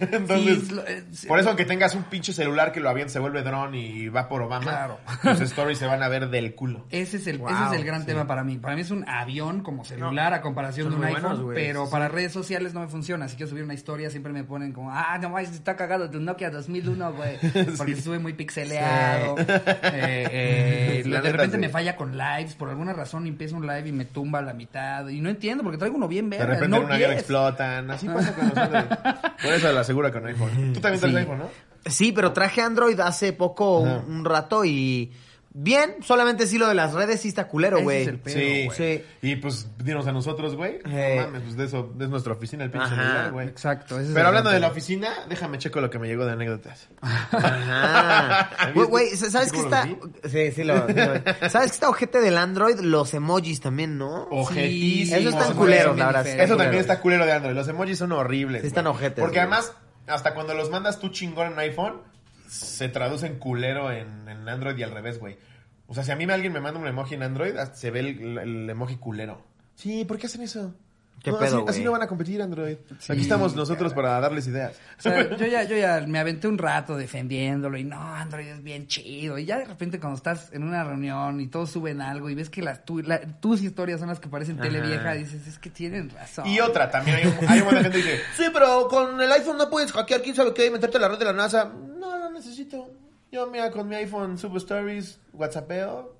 Entonces, Sí, lo- eh, sí. por eso aunque tengas un pinche celular que lo avienta, se vuelve dron y va por Obama, Claro. los stories se van a ver del culo. Ese es el, Wow, ese es el gran sí. tema para mí. Para mí es un avión como celular a comparación de son un muy iPhone, buenos, güey. pero Sí. para redes sociales no me funciona. Si quiero subir una historia siempre me ponen como, ah, no mames, está cagado tu Nokia 2001, [laughs] güey, porque se sube muy pixeleado. Eh, eh, [laughs] La de neta, repente sí. me falla con lives, por alguna razón empieza un live y me tumba la mitad y no entiendo porque traigo uno bien De verde. repente en no un avión 10. explotan. Así pasa con los [laughs] Android. Por eso la asegura con iPhone. Tú también traes Sí. iPhone, ¿no? Sí, pero traje Android hace poco un, Ajá. un rato y... Bien, solamente sí lo de las redes sí está culero, Ese güey. es el pedo, Sí, güey. Sí. Y pues dinos a nosotros, güey. Eh. No mames, pues de eso, de nuestra oficina, el pinche Ajá, celular, güey. Exacto. ese es el Pero hablando gran de la tema. oficina, déjame checo lo que me llegó de anécdotas. [laughs] Ajá. Güey, güey, ¿sabes qué ¿Cómo está? lo Sí, sí, lo, sí lo- ¿Sabes qué está ojete del Android? Los emojis también, ¿no? Oh. Ojetísimo. Esos están Eso culeros, la también verdad. es Eso culero, también está culero de Android. Los emojis son horribles. Sí, güey. están ojetes, Porque güey. además, hasta cuando los mandas tú chingón en iPhone, se traducen culero en, en Android y al revés, güey. O sea, si a mí alguien me manda un emoji en Android, hasta se ve el, el emoji culero. Sí, ¿por qué hacen eso? ¿Qué No, pedo, así, así güey? no van a competir, Android. Sí, Aquí estamos nosotros para darles ideas. O sea, yo ya, yo ya me aventé un rato defendiéndolo y no, Android es bien chido. Y ya de repente cuando estás en una reunión y todos suben algo y ves que las tu- la- tus historias son las que parecen tele vieja, dices, es que tienen razón. Y otra, también hay, un- hay un montón de gente que dice, [laughs] sí, pero con el iPhone no puedes hackear, quién sabe qué, y meterte en la red de la NASA. No, no necesito. Yo, mira, con mi iPhone subo stories, whatsappeo,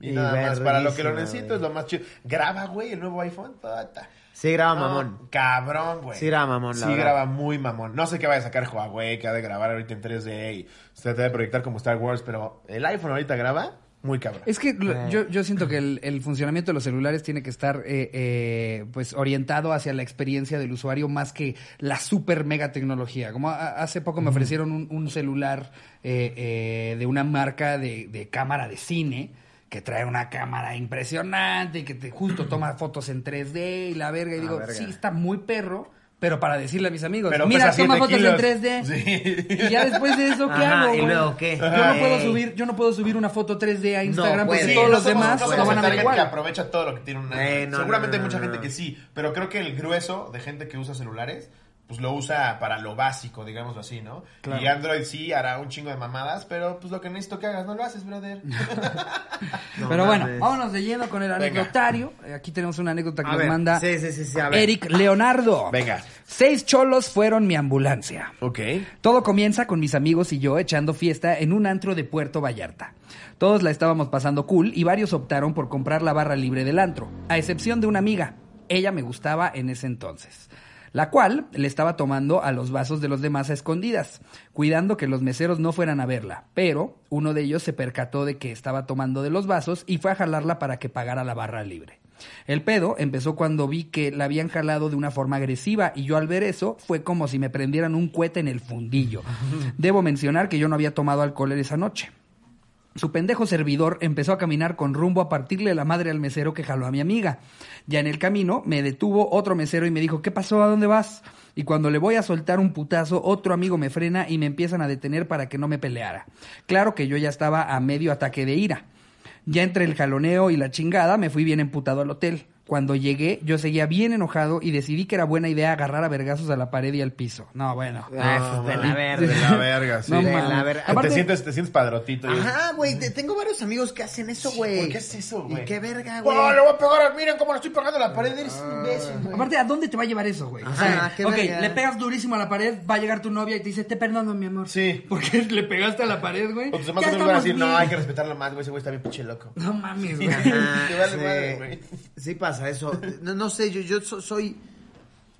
y, Y nada más. verguísima, Para lo que lo necesito güey. es lo más chido. Graba, güey, el nuevo iPhone. tota. Sí, graba No, mamón. Cabrón, güey. Sí graba mamón, la Sí verdad. graba muy mamón. No sé qué vaya a sacar Huawei, que ha de grabar ahorita en 3D y se trata de proyectar como Star Wars, pero el iPhone ahorita graba muy cabrón. Es que Eh. lo- yo, yo siento que el, el funcionamiento de los celulares tiene que estar eh, eh, pues orientado hacia la experiencia del usuario más que la super mega tecnología. Como a- hace poco me ofrecieron un, un celular eh, eh, de una marca de, de cámara de cine que trae una cámara impresionante y que te justo [clears throat] toma fotos en 3D y la verga y Ah, digo, verga. sí, está muy perro, pero para decirle a mis amigos, Pero mira, pesa toma 7 fotos kilos". en 3D. [laughs] Sí. Y ya después de eso, ¿qué Ajá, hago? ¿y güey? luego qué? Yo Ajá. no puedo Ey. subir, yo no puedo subir una foto 3D a Instagram No porque Pues puede. todos Sí, los no somos- demás no somos lo van a el ver target que igual. aprovecha todo lo que tiene un Eh, iPhone. no, Seguramente no, no, hay mucha no, gente no. que sí, pero creo que el grueso de gente que usa celulares pues lo usa para lo básico, digámoslo así, ¿no? Claro. Y Android sí hará un chingo de mamadas, pero pues lo que necesito que hagas no lo haces, brother. No Pero bueno, mames. vámonos de lleno con el anecdotario. Eh, Aquí tenemos una anécdota que A nos ver, manda sí, sí, sí, sí, a ver. Eric Leonardo. Venga. Seis cholos fueron mi ambulancia. ok. Todo comienza con mis amigos y yo echando fiesta en un antro de Puerto Vallarta. Todos la estábamos pasando cool y varios optaron por comprar la barra libre del antro, a excepción de una amiga. Ella me gustaba en ese entonces. La cual le estaba tomando a los vasos de los demás a escondidas, cuidando que los meseros no fueran a verla. Pero uno de ellos se percató de que estaba tomando de los vasos y fue a jalarla para que pagara la barra libre. El pedo empezó cuando vi que la habían jalado de una forma agresiva y yo al ver eso fue como si me prendieran un cohete en el fundillo. Debo mencionar que yo no había tomado alcohol esa noche. Su pendejo servidor empezó a caminar con rumbo a partirle la madre al mesero que jaló a mi amiga. Ya en el camino me detuvo otro mesero y me dijo, ¿qué pasó? ¿A dónde vas? Y cuando le voy a soltar un putazo, otro amigo me frena y me empiezan a detener para que no me peleara. Claro que yo ya estaba a medio ataque de ira. Ya entre el jaloneo y la chingada me fui bien emputado al hotel. Cuando llegué, yo seguía bien enojado y decidí que era buena idea agarrar a vergazos a la pared y al piso. No, bueno. Ah, eso es de la verga. De la verga, sí. No de mames. la verga. Te, Aparte- sientes, te sientes padrotito. y- Ajá, güey, te- tengo varios amigos que hacen eso, güey. ¿Por qué es eso, güey? ¿Y qué verga, güey? ¡Oh, le voy a pegar! ¡Miren cómo le estoy pegando a la pared! ¡Eres un imbécil, güey! Aparte, ¿a dónde te va a llevar eso, güey? O Ajá, sea, qué ok, verga. le pegas durísimo a la pared, va a llegar tu novia y te dice, te perdono, mi amor. Sí. [laughs] Porque le pegaste a la pared, güey. O tus demás Ya amigos van a estamos decir, no, bien". hay que respetarlo más, güey. Ese güey está bien pinche loco. No mames, güey. Ajá, [laughs] Te vale sí. madre, güey. Sí pasa eso. No, no sé, yo, yo so- soy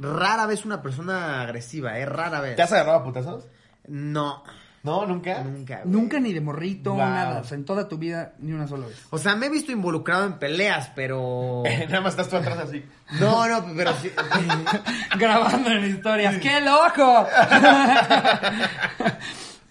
rara vez una persona agresiva, ¿eh? Rara vez. ¿Te has agarrado a putazos? No. No, nunca. Nunca, güey. [laughs] Nunca ni de morrito, Wow. nada. O sea, en toda tu vida, ni una sola [laughs] vez. O sea, me he visto involucrado en peleas, pero. [laughs] Nada más estás tú atrás así. No, no, pero sí. [laughs] Grabando en historias. ¡Qué loco! [laughs]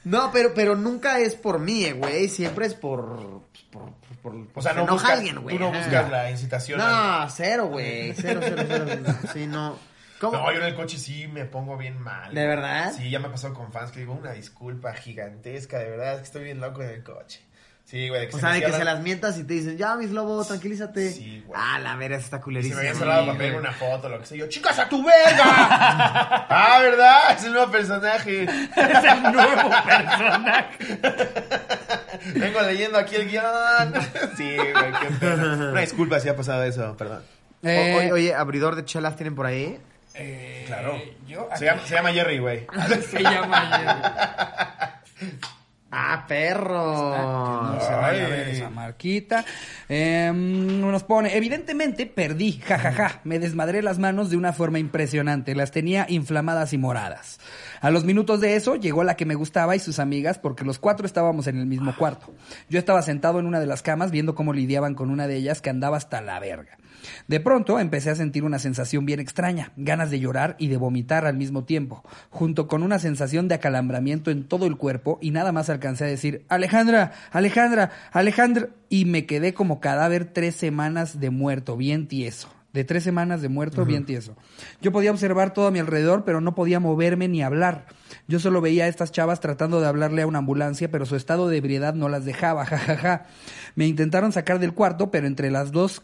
No, pero, pero nunca es por mí, eh, güey. Siempre es por. pues, por, por, por- O sea, se no enoja buscas, alguien, güey. tú no Ajá. buscas la incitación. al- No, cero, güey. Cero, cero, cero. Sí, no. ¿Cómo? No, yo en el coche sí me pongo bien mal. ¿De verdad? Sí, ya me ha pasado con fans que digo una disculpa gigantesca, de verdad, es que estoy bien loco en el coche. Sí, güey, de que o se sea, me de que se cierran- las mientas y te dicen, ya, mis lobos, tranquilízate. Sí, güey. Ah, la vera, esa está y Se culerísima. me había cerrado para güey. pedir una foto, lo que sé yo. ¡Chicas, a tu [laughs] verga! ah, ¿verdad? Es el nuevo personaje. es el nuevo personaje. Vengo leyendo aquí el [laughs] guión. sí, güey, qué pena. Una disculpa si ha pasado eso, perdón. Eh, O- oye, oye, abridor de chelas tienen por ahí. Claro. Yo, Se llama, se llama Jerry, güey. [laughs] se llama Ah, perro. No Ah, se vaya a ver Ay. esa marquita. Em, nos pone, evidentemente perdí, jajaja. Me desmadré las manos de una forma impresionante. Las tenía inflamadas y moradas. A los minutos de eso llegó la que me gustaba y sus amigas porque los cuatro estábamos en el mismo cuarto. Yo estaba sentado en una de las camas viendo cómo lidiaban con una de ellas que andaba hasta la verga. De pronto empecé a sentir una sensación bien extraña, ganas de llorar y de vomitar al mismo tiempo, junto con una sensación de acalambramiento en todo el cuerpo y nada más alcancé a decir, Alejandra, Alejandra, Alejandra, y me quedé como cadáver tres semanas de muerto, bien tieso. De tres semanas de muerto, bien tieso. Yo podía observar todo a mi alrededor, pero no podía moverme ni hablar. Yo solo veía a estas chavas tratando de hablarle a una ambulancia, pero su estado de ebriedad no las dejaba, [laughs] jajaja. Me intentaron sacar del cuarto, pero entre las dos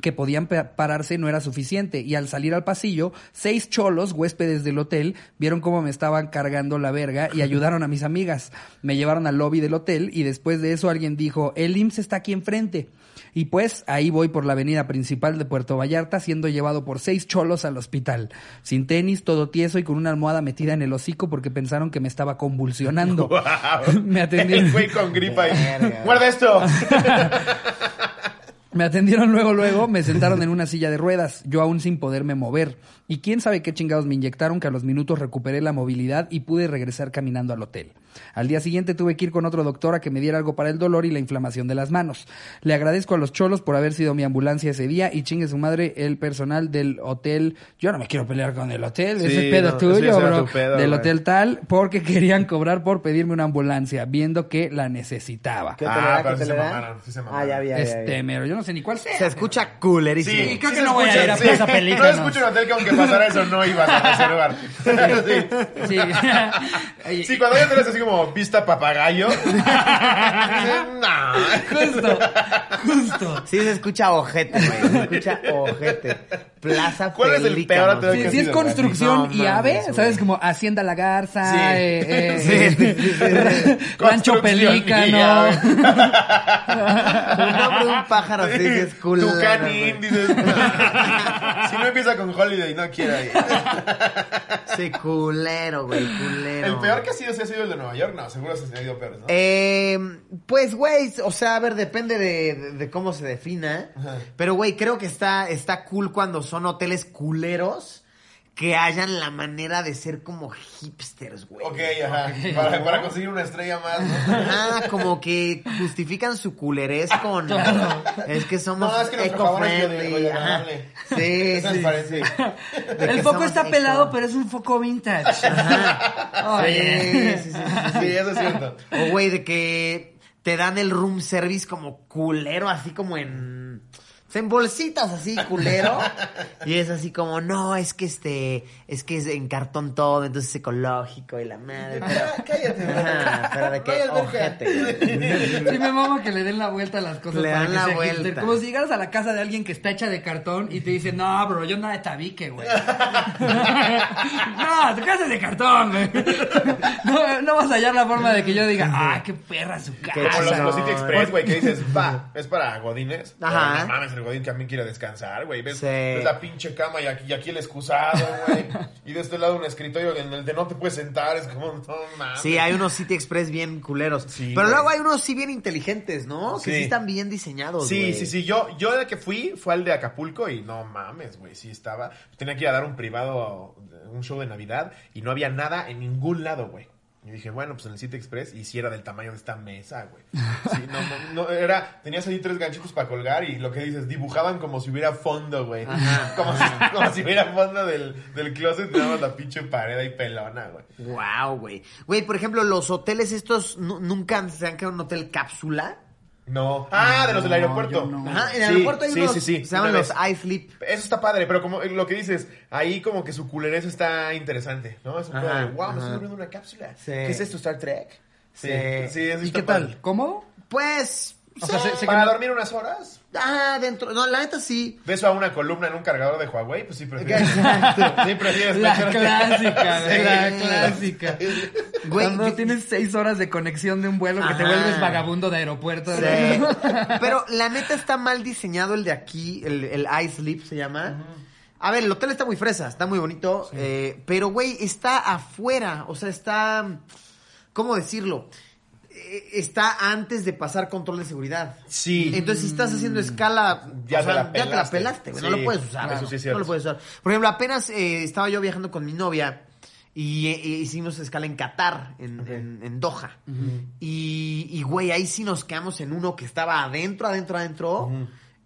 que podían pa- pararse no era suficiente y al salir al pasillo, seis cholos, huéspedes del hotel, vieron cómo me estaban cargando la verga y ayudaron a mis amigas. Me llevaron al lobby del hotel y después de eso alguien dijo, el IMSS está aquí enfrente. Y pues ahí voy por la avenida principal de Puerto Vallarta siendo llevado por seis cholos al hospital, sin tenis, todo tieso y con una almohada metida en el hocico porque pensaron que me estaba convulsionando. [laughs] [laughs] me El atendieron. güey con gripa Verga. y... ¡Guarda esto! Me atendieron luego, luego, me sentaron en una silla de ruedas, yo aún sin poderme mover. Y quién sabe qué chingados me inyectaron, que a los minutos recuperé la movilidad y pude regresar caminando al hotel. Al día siguiente tuve que ir con otro doctor a que me diera algo para el dolor y la inflamación de las manos. Le agradezco a los cholos por haber sido mi ambulancia ese día y chingue su madre el personal del hotel. Yo no me quiero pelear con el hotel, ese Sí, es pedo no, sí, tuyo, ese era bro. tu pedo, del güey. hotel tal, porque [laughs] querían cobrar por pedirme una ambulancia, viendo que la necesitaba. ¿Qué Ah, pero sí te le da? ¿Qué te se le da? mamaron, sí se mamaron. Ah, ya vi, ya vi, ya vi. Este, mero, yo no sé ni cuál sea. Se escucha coolerísimo. Sí, creo que se no voy a ir a sí. Plaza Pelícanos. No escucho un hotel que aunque pasara eso no ibas a reservar. Sí. Sí. [laughs] Oye, Sí, cuando ya tenés así como vista papagayo. [laughs] no. Justo, [laughs] justo. Sí, se escucha ojete, güey. Se escucha ojete. Plaza ¿Cuál es el peor Pelícanos. hotel Si que si es sido, construcción Dani. y No ave, mames, güey. ¿sabes? Como Hacienda La Garza, Sí. eh, eh, [laughs] Sí, eh, sí, sí, sí. [laughs] Rancho Construcción y [laughs] Pelícano. ave. El nombre de un pájaro sí, sí es culero. Tu canín, güey. dices. si no empieza con Holiday, no quiero ir. Sí, culero, güey, culero. El peor que ha sido, si ha sido el de Nueva York, no, seguro se ha ido peores, ¿no? Eh, pues, güey, o sea, a ver, depende de, de- de cómo se defina. Ajá. Pero, güey, creo que está, está cool cuando son hoteles culeros que hayan la manera de ser como hipsters, güey. ok, ajá. Para, para conseguir una estrella más, ¿no? Ajá, como que justifican su culerez con... Es que somos No, es que nuestro favor es eco-friendly. biodegradable. ajá. Sí, Es sí, transparente. de que El foco somos está eco. pelado, pero es un foco [laughs] vintage. Oye. Sí, sí, sí, sí, sí. Sí, eso es cierto. O, güey, de que te dan el room service como culero, así como en. En bolsitas así, [laughs] culero. Y es así como, no, es que este, es que es en cartón todo, entonces es ecológico y la madre. Pero, Cállate, güey. Ajá, pero de que, Vaya alberca. ojete, güey. [laughs] Sí, me mama que le den la vuelta a las cosas. Le para dan que la sea hipster. vuelta. Como si llegaras a la casa de alguien que está hecha de cartón y te dice, no, bro, yo nada de tabique, güey. [laughs] no, tu casa es de cartón, güey. [laughs] no, no vas a hallar la forma de que yo diga, ah, qué perra su Qué Como los, casa. los City Express, güey, que dices, va, es para Godines. Ajá. Pero No mames, el Godín también quiere descansar, güey. ¿Ves, Sí. ves la pinche cama y aquí, y aquí el excusado, güey. y de este lado un escritorio en el de no te puedes sentar. Es como, no mames. Sí, hay unos City Express bien culeros. Sí, pero güey. luego hay unos sí bien inteligentes, ¿no? Que sí, Sí. están bien diseñados, Sí, güey. sí, sí. Yo, yo el que fui fue al de Acapulco y no mames, güey. Sí estaba. Tenía que ir a dar un privado, un show de Navidad y no había nada en ningún lado, güey. Y dije, bueno, pues en el City Express, y si era del tamaño de esta mesa, güey. Sí, no, no, no, era, tenías ahí tres ganchitos para colgar y lo que dices, dibujaban como si hubiera fondo, güey. Como si, como si hubiera fondo del, del closet, nada más la pinche pared ahí pelona, güey. Wow, güey. Güey, por ejemplo, los hoteles estos nu- nunca se han quedado en un hotel cápsula. No. Ah, de los del No, aeropuerto. yo no. Ajá, en el Sí, aeropuerto hay sí, unos sí, sí. se llaman Una los vez. iFlip. Eso está padre, pero como lo que dices, ahí como que su culereza está interesante, ¿no? Es un Ajá, pedo de, wow, ajá. me estoy durmiendo una cápsula. Sí. ¿Qué es esto, Star Trek? Sí, Sí. eso ¿Y está qué tal? padre. ¿Cómodo? Pues. O sea, sí. se- se- Para que no- dormir unas horas, Ah, dentro. No, la neta sí. beso a una columna en un cargador de Huawei, pues sí prefieres. Exacto. [laughs] sí prefieres La meterte- clásica, Sí. la clásica. Güey, Cuando yo- tienes seis horas de conexión de un vuelo que te Ajá. vuelves vagabundo de aeropuerto. [laughs] Sí. Pero la neta está mal diseñado el de aquí, el, el iSleep se llama. A ver, el hotel está muy fresa, está muy bonito, eh, pero güey, está afuera, o sea, está, ¿cómo decirlo? Eh, Está antes de pasar control de seguridad. Sí. Entonces, si estás haciendo escala, Ya o te la sea, ya te la pelaste. pelaste, güey. no Sí, lo puedes usar. eso no, sí es no lo cierto. puedes usar. Por ejemplo, apenas eh, estaba yo viajando con mi novia y eh, eh, hicimos escala en Qatar, en, en- en Doha. Y, y, güey, ahí sí nos quedamos en uno que estaba adentro, adentro, adentro.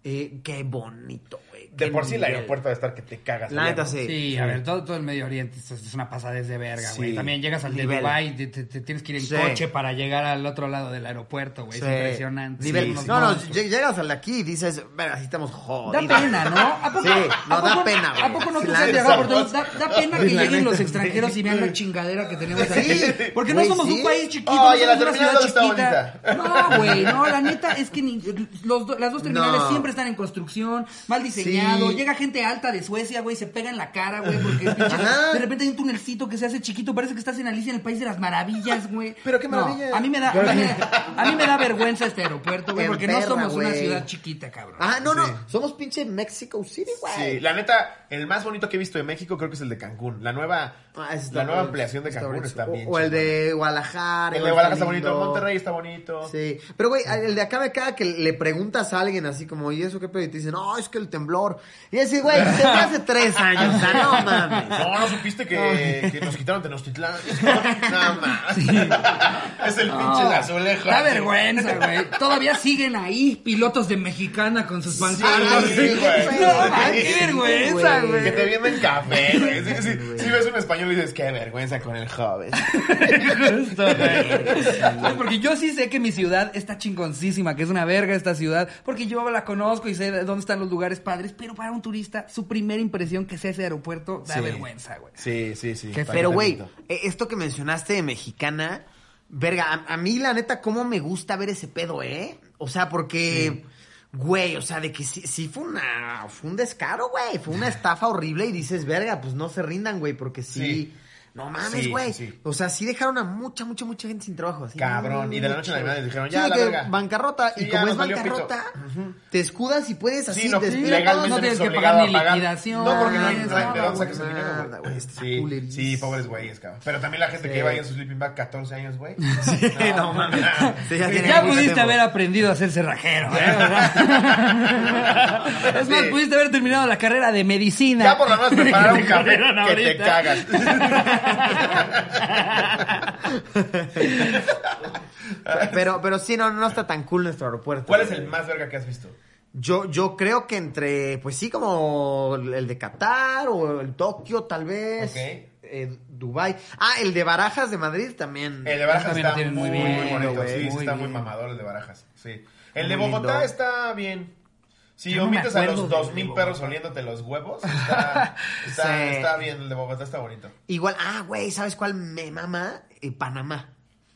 Eh, qué bonito, güey. De qué por sí el nivel. aeropuerto debe estar que te cagas. La allá, neta ¿no? sí. Sí, a ver, todo, todo el Medio Oriente es, es una pasada de verga, güey. Sí. También llegas al de Nivel. Dubái, te, te- te tienes que ir en Sí. coche para llegar al otro lado del aeropuerto, güey. Sí. Es impresionante. Nivel- Sí, unos no, no, monstruos. lleg- llegas al de aquí y dices, "Verga, así estamos Da jodidos. pena, ¿no? ¿A poco, Oh, Sí, no, a da poco- pena, güey. ¿A poco no Sí, te la has neta, viajado por sí. todos? Da, da pena que Sí, la lleguen neta, los sí. extranjeros y vean la chingadera que tenemos aquí. Sí, Porque güey, no somos sí. un país chiquito, Ay, no la somos una terminal ciudad dónde está chiquita. No, güey, no, la neta es que ni- los do- las dos terminales No. siempre están en construcción, mal diseñado. Sí. Llega gente alta de Suecia, güey, se pega en la cara, güey, porque pinche- Ajá. de repente hay un tunelcito que se hace chiquito, parece que estás en Alicia en el País de las Maravillas, güey. Pero qué No, maravillas. a mí me da a mí me da- a mí me da vergüenza este aeropuerto, güey, En porque perra, no somos una güey. ciudad chiquita, cabrón. Ah, no, no, somos pinche Mexico City, güey. Sí, la neta, el más bonito que he visto de México creo que es el de Cancún. La nueva, Ah, ese está la nueva bonito, ampliación de Cancún bonito. está, O- bien. O, el chingona. de Guadalajara. El de igual Guadalajara está bonito, lindo. Monterrey está bonito. Sí, pero güey, el de acá me caga que le preguntas a alguien así como, ¿y eso qué pedo? Y te dicen, no, es que el temblor. Y así, güey, se fue hace tres años, [laughs] o sea, [laughs] no mames. No, no supiste que, que nos quitaron Tenochtitlán. Nada más. Es el pinche de azulejo. Da así. vergüenza, güey. Todavía siguen ahí pilotos de mexicana con sus pancartas. sí, güey. No, man, qué vergüenza, Sí, güey. Que güey. te venden café, güey. Si, si- si ves un español y dices, qué vergüenza con el joven. Justo, güey. No, Porque yo sí sé que mi ciudad está chingoncísima, que es una verga esta ciudad, porque yo la conozco y sé de dónde están los lugares padres, pero para un turista, su primera impresión que sea ese aeropuerto da Sí. vergüenza, güey. Sí, sí, sí. Qué Está Pero güey, bonito. eh, esto que mencionaste de mexicana, verga, a, a mí la neta, cómo me gusta ver ese pedo, ¿eh? O sea, porque, güey, o sea, de que sí, sí fue una, fue un descaro, güey, fue una estafa horrible y dices, verga, pues no se rindan, güey, porque sí. Sí. No mames, Sí, güey. sí, sí. O sea, sí dejaron a mucha, mucha, mucha gente sin trabajo. así, Cabrón. Y de la noche a la mañana les dijeron, Sí, ya, de la que verga. Bancarrota. Sí, y ya como es nos valió bancarrota, te escudas y puedes así Sí, no, despedir a todos. legalmente no tienes eres que pagar obligado ni a liquidación, No, porque no hay no, no hay- de dónde güey, sacas el dinero, nada, güey, está este, Sí, culerísimo. sí, pobres güeyes, cabrón. Pero también la gente Sí. que iba ahí en su sleeping bag 14 años, güey. [laughs] Sí, [laughs] no mames. Sí, ya Eh, tiene Ya mucho pudiste tiempo. haber aprendido a ser cerrajero, ¿eh? [laughs] ¿verdad? Es más, Sí. pudiste haber terminado la carrera de medicina. Ya por lo menos [laughs] preparar un café corrieron que te ahorita. cagas. [laughs] Pero, pero sí, no, no está tan cool nuestro aeropuerto. ¿Cuál es güey. el más verga que has visto? Yo, yo creo que entre, pues sí, como el de Qatar o el Tokio, tal vez. Ok. Eh, Dubai. Ah, el de Barajas de Madrid también. El de Barajas también lo está tienen muy, muy muy, bien, bonito. güey, sí, sí, muy está muy bien. mamador el de Barajas. Sí. El de Muy Bogotá lindo. está bien. Si Yo no me omites a acuerdo los del 2000 de perros oliéndote los huevos, [laughs] está, está, Sí. está bien. El de Bogotá está bonito. Igual, ah, güey, ¿sabes cuál me mama? Eh, Panamá.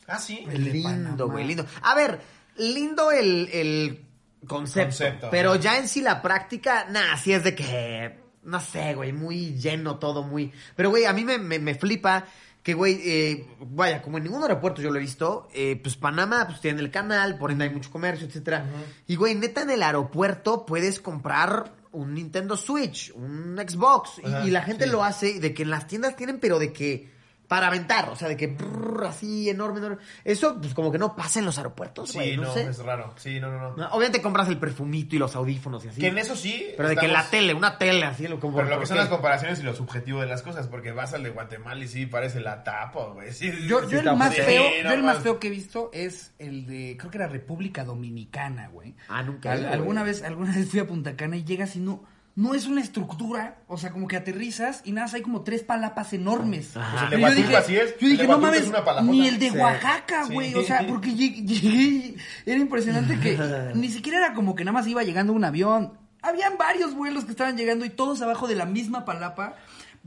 Ah, sí. El de Panamá. lindo, güey, lindo. A ver, lindo el, el concepto, Concepto, Pero ajá. ya en sí la práctica, nada, sí es de que. No sé, güey, muy lleno todo, muy. Pero, güey, a mí me, me- me flipa que, güey, eh, vaya, como en ningún aeropuerto yo lo he visto, eh, pues Panamá, pues tiene el canal, por ende hay mucho comercio, etcétera. Y, güey, neta, en el aeropuerto puedes comprar un Nintendo Switch, un Xbox, y- Ajá, y, la gente sí. lo hace de que en las tiendas tienen, pero de que para aventar. O sea, de que brrr, así, enorme, enorme. Eso, pues como que no pasa en los aeropuertos, güey. Sí, no, no, sé. es raro. Sí, no, no, no. No, Obviamente compras el perfumito y los audífonos y así. Que en eso sí. Pero de que la estamos- tele, una tele así, lo- como. Pero lo que ¿por son qué? las comparaciones y lo subjetivo de las cosas, porque vas al de Guatemala y sí parece la tapa, güey. Sí, sí, Yo, sí, yo está el más muy- feo, Sí, no yo el más mames. feo que he visto es el de, creo que era República Dominicana, güey. Ah, nunca he ido, alguna güey. vez, alguna [laughs] vez fui a Punta Cana y llegas y no, no es una estructura, o sea, como que aterrizas y nada, más hay como tres palapas enormes. Ajá. Pues el de Y yo Huatulco dije, así es, yo el dije, de no Huatulco mames, es una palajota". ni el de Sí. Oaxaca, güey, Sí. o sea, porque lleg- llegué, y [laughs] era impresionante [laughs] que ni siquiera era como que nada más iba llegando un avión. Habían varios vuelos que estaban llegando y todos abajo de la misma palapa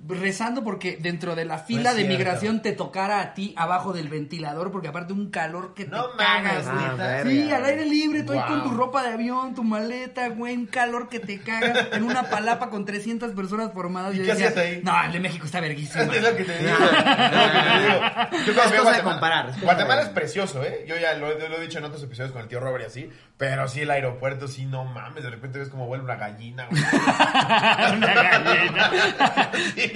rezando porque dentro de la fila es de cierto. migración te tocara a ti abajo del ventilador, porque aparte un calor que No te mames, cagas, Ah, neta. verga, Sí, al güey. aire libre, tú ahí con Wow. tu ropa de avión, tu maleta, güey, un calor que te cagas en una palapa con 300 personas formadas. ¿Y Yo qué decía, hacías ahí? No, el de México está verguísimo. [laughs] Es lo que te digo. es lo que te digo. Yo cuando [laughs] fui a Es cosa de Guatemala- comparar, es cosa Guatemala de- es precioso, ¿eh? Yo ya lo, lo he dicho en otros episodios con el tío Robert y así. Pero sí, el aeropuerto, sí, no mames. De repente ves como vuelve una gallina, [laughs] güey. [laughs] [laughs] Una gallina. sí,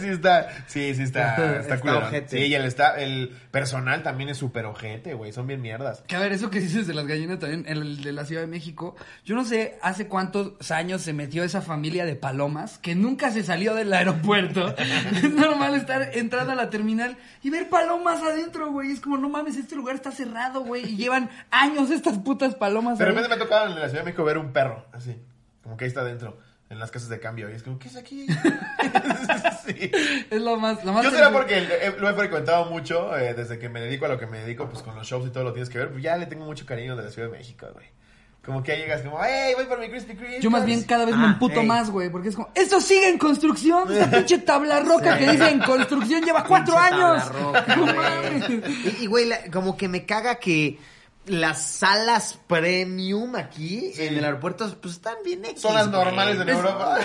sí está, sí, sí está, está, Está culerón. Sí, ojete. y el, está, el personal también es súper ojete, güey. Son bien mierdas. Que a ver, eso que dices de las gallinas también, el, el de la Ciudad de México, yo no sé hace cuántos años se metió esa familia de palomas que nunca se salió del [laughs] aeropuerto. es normal estar entrando a la terminal y ver palomas adentro, güey. Es como, no mames, este lugar está cerrado, güey. Y llevan años estas putas palomas. De ahí. repente me ha tocado en la Ciudad de México ver un perro, así, como que ahí está adentro, en las casas de cambio. Y es como, ¿qué es aquí? [laughs] sí. Es lo más... Lo más Yo será terrible. porque eh, lo he frecuentado mucho, eh, desde que me dedico a lo que me dedico, pues con los shows y todo lo tienes que ver, pues ya le tengo mucho cariño de la Ciudad de México, güey. Como que ahí llegas como, ¡Ey, voy por mi Krispy Kreme! Yo más bien cada vez me Ah, emputo ey. más, güey, porque es como, esto sigue en construcción, [laughs] esta pinche tabla roca que dice en construcción ¡Ah, lleva cuatro Pinche tabla años. [laughs] [laughs] roca, No güey. mames. Y, y, güey, la- como que me caga que las salas premium aquí Sí. en el aeropuerto pues están bien hechas. Son las normales de Europa.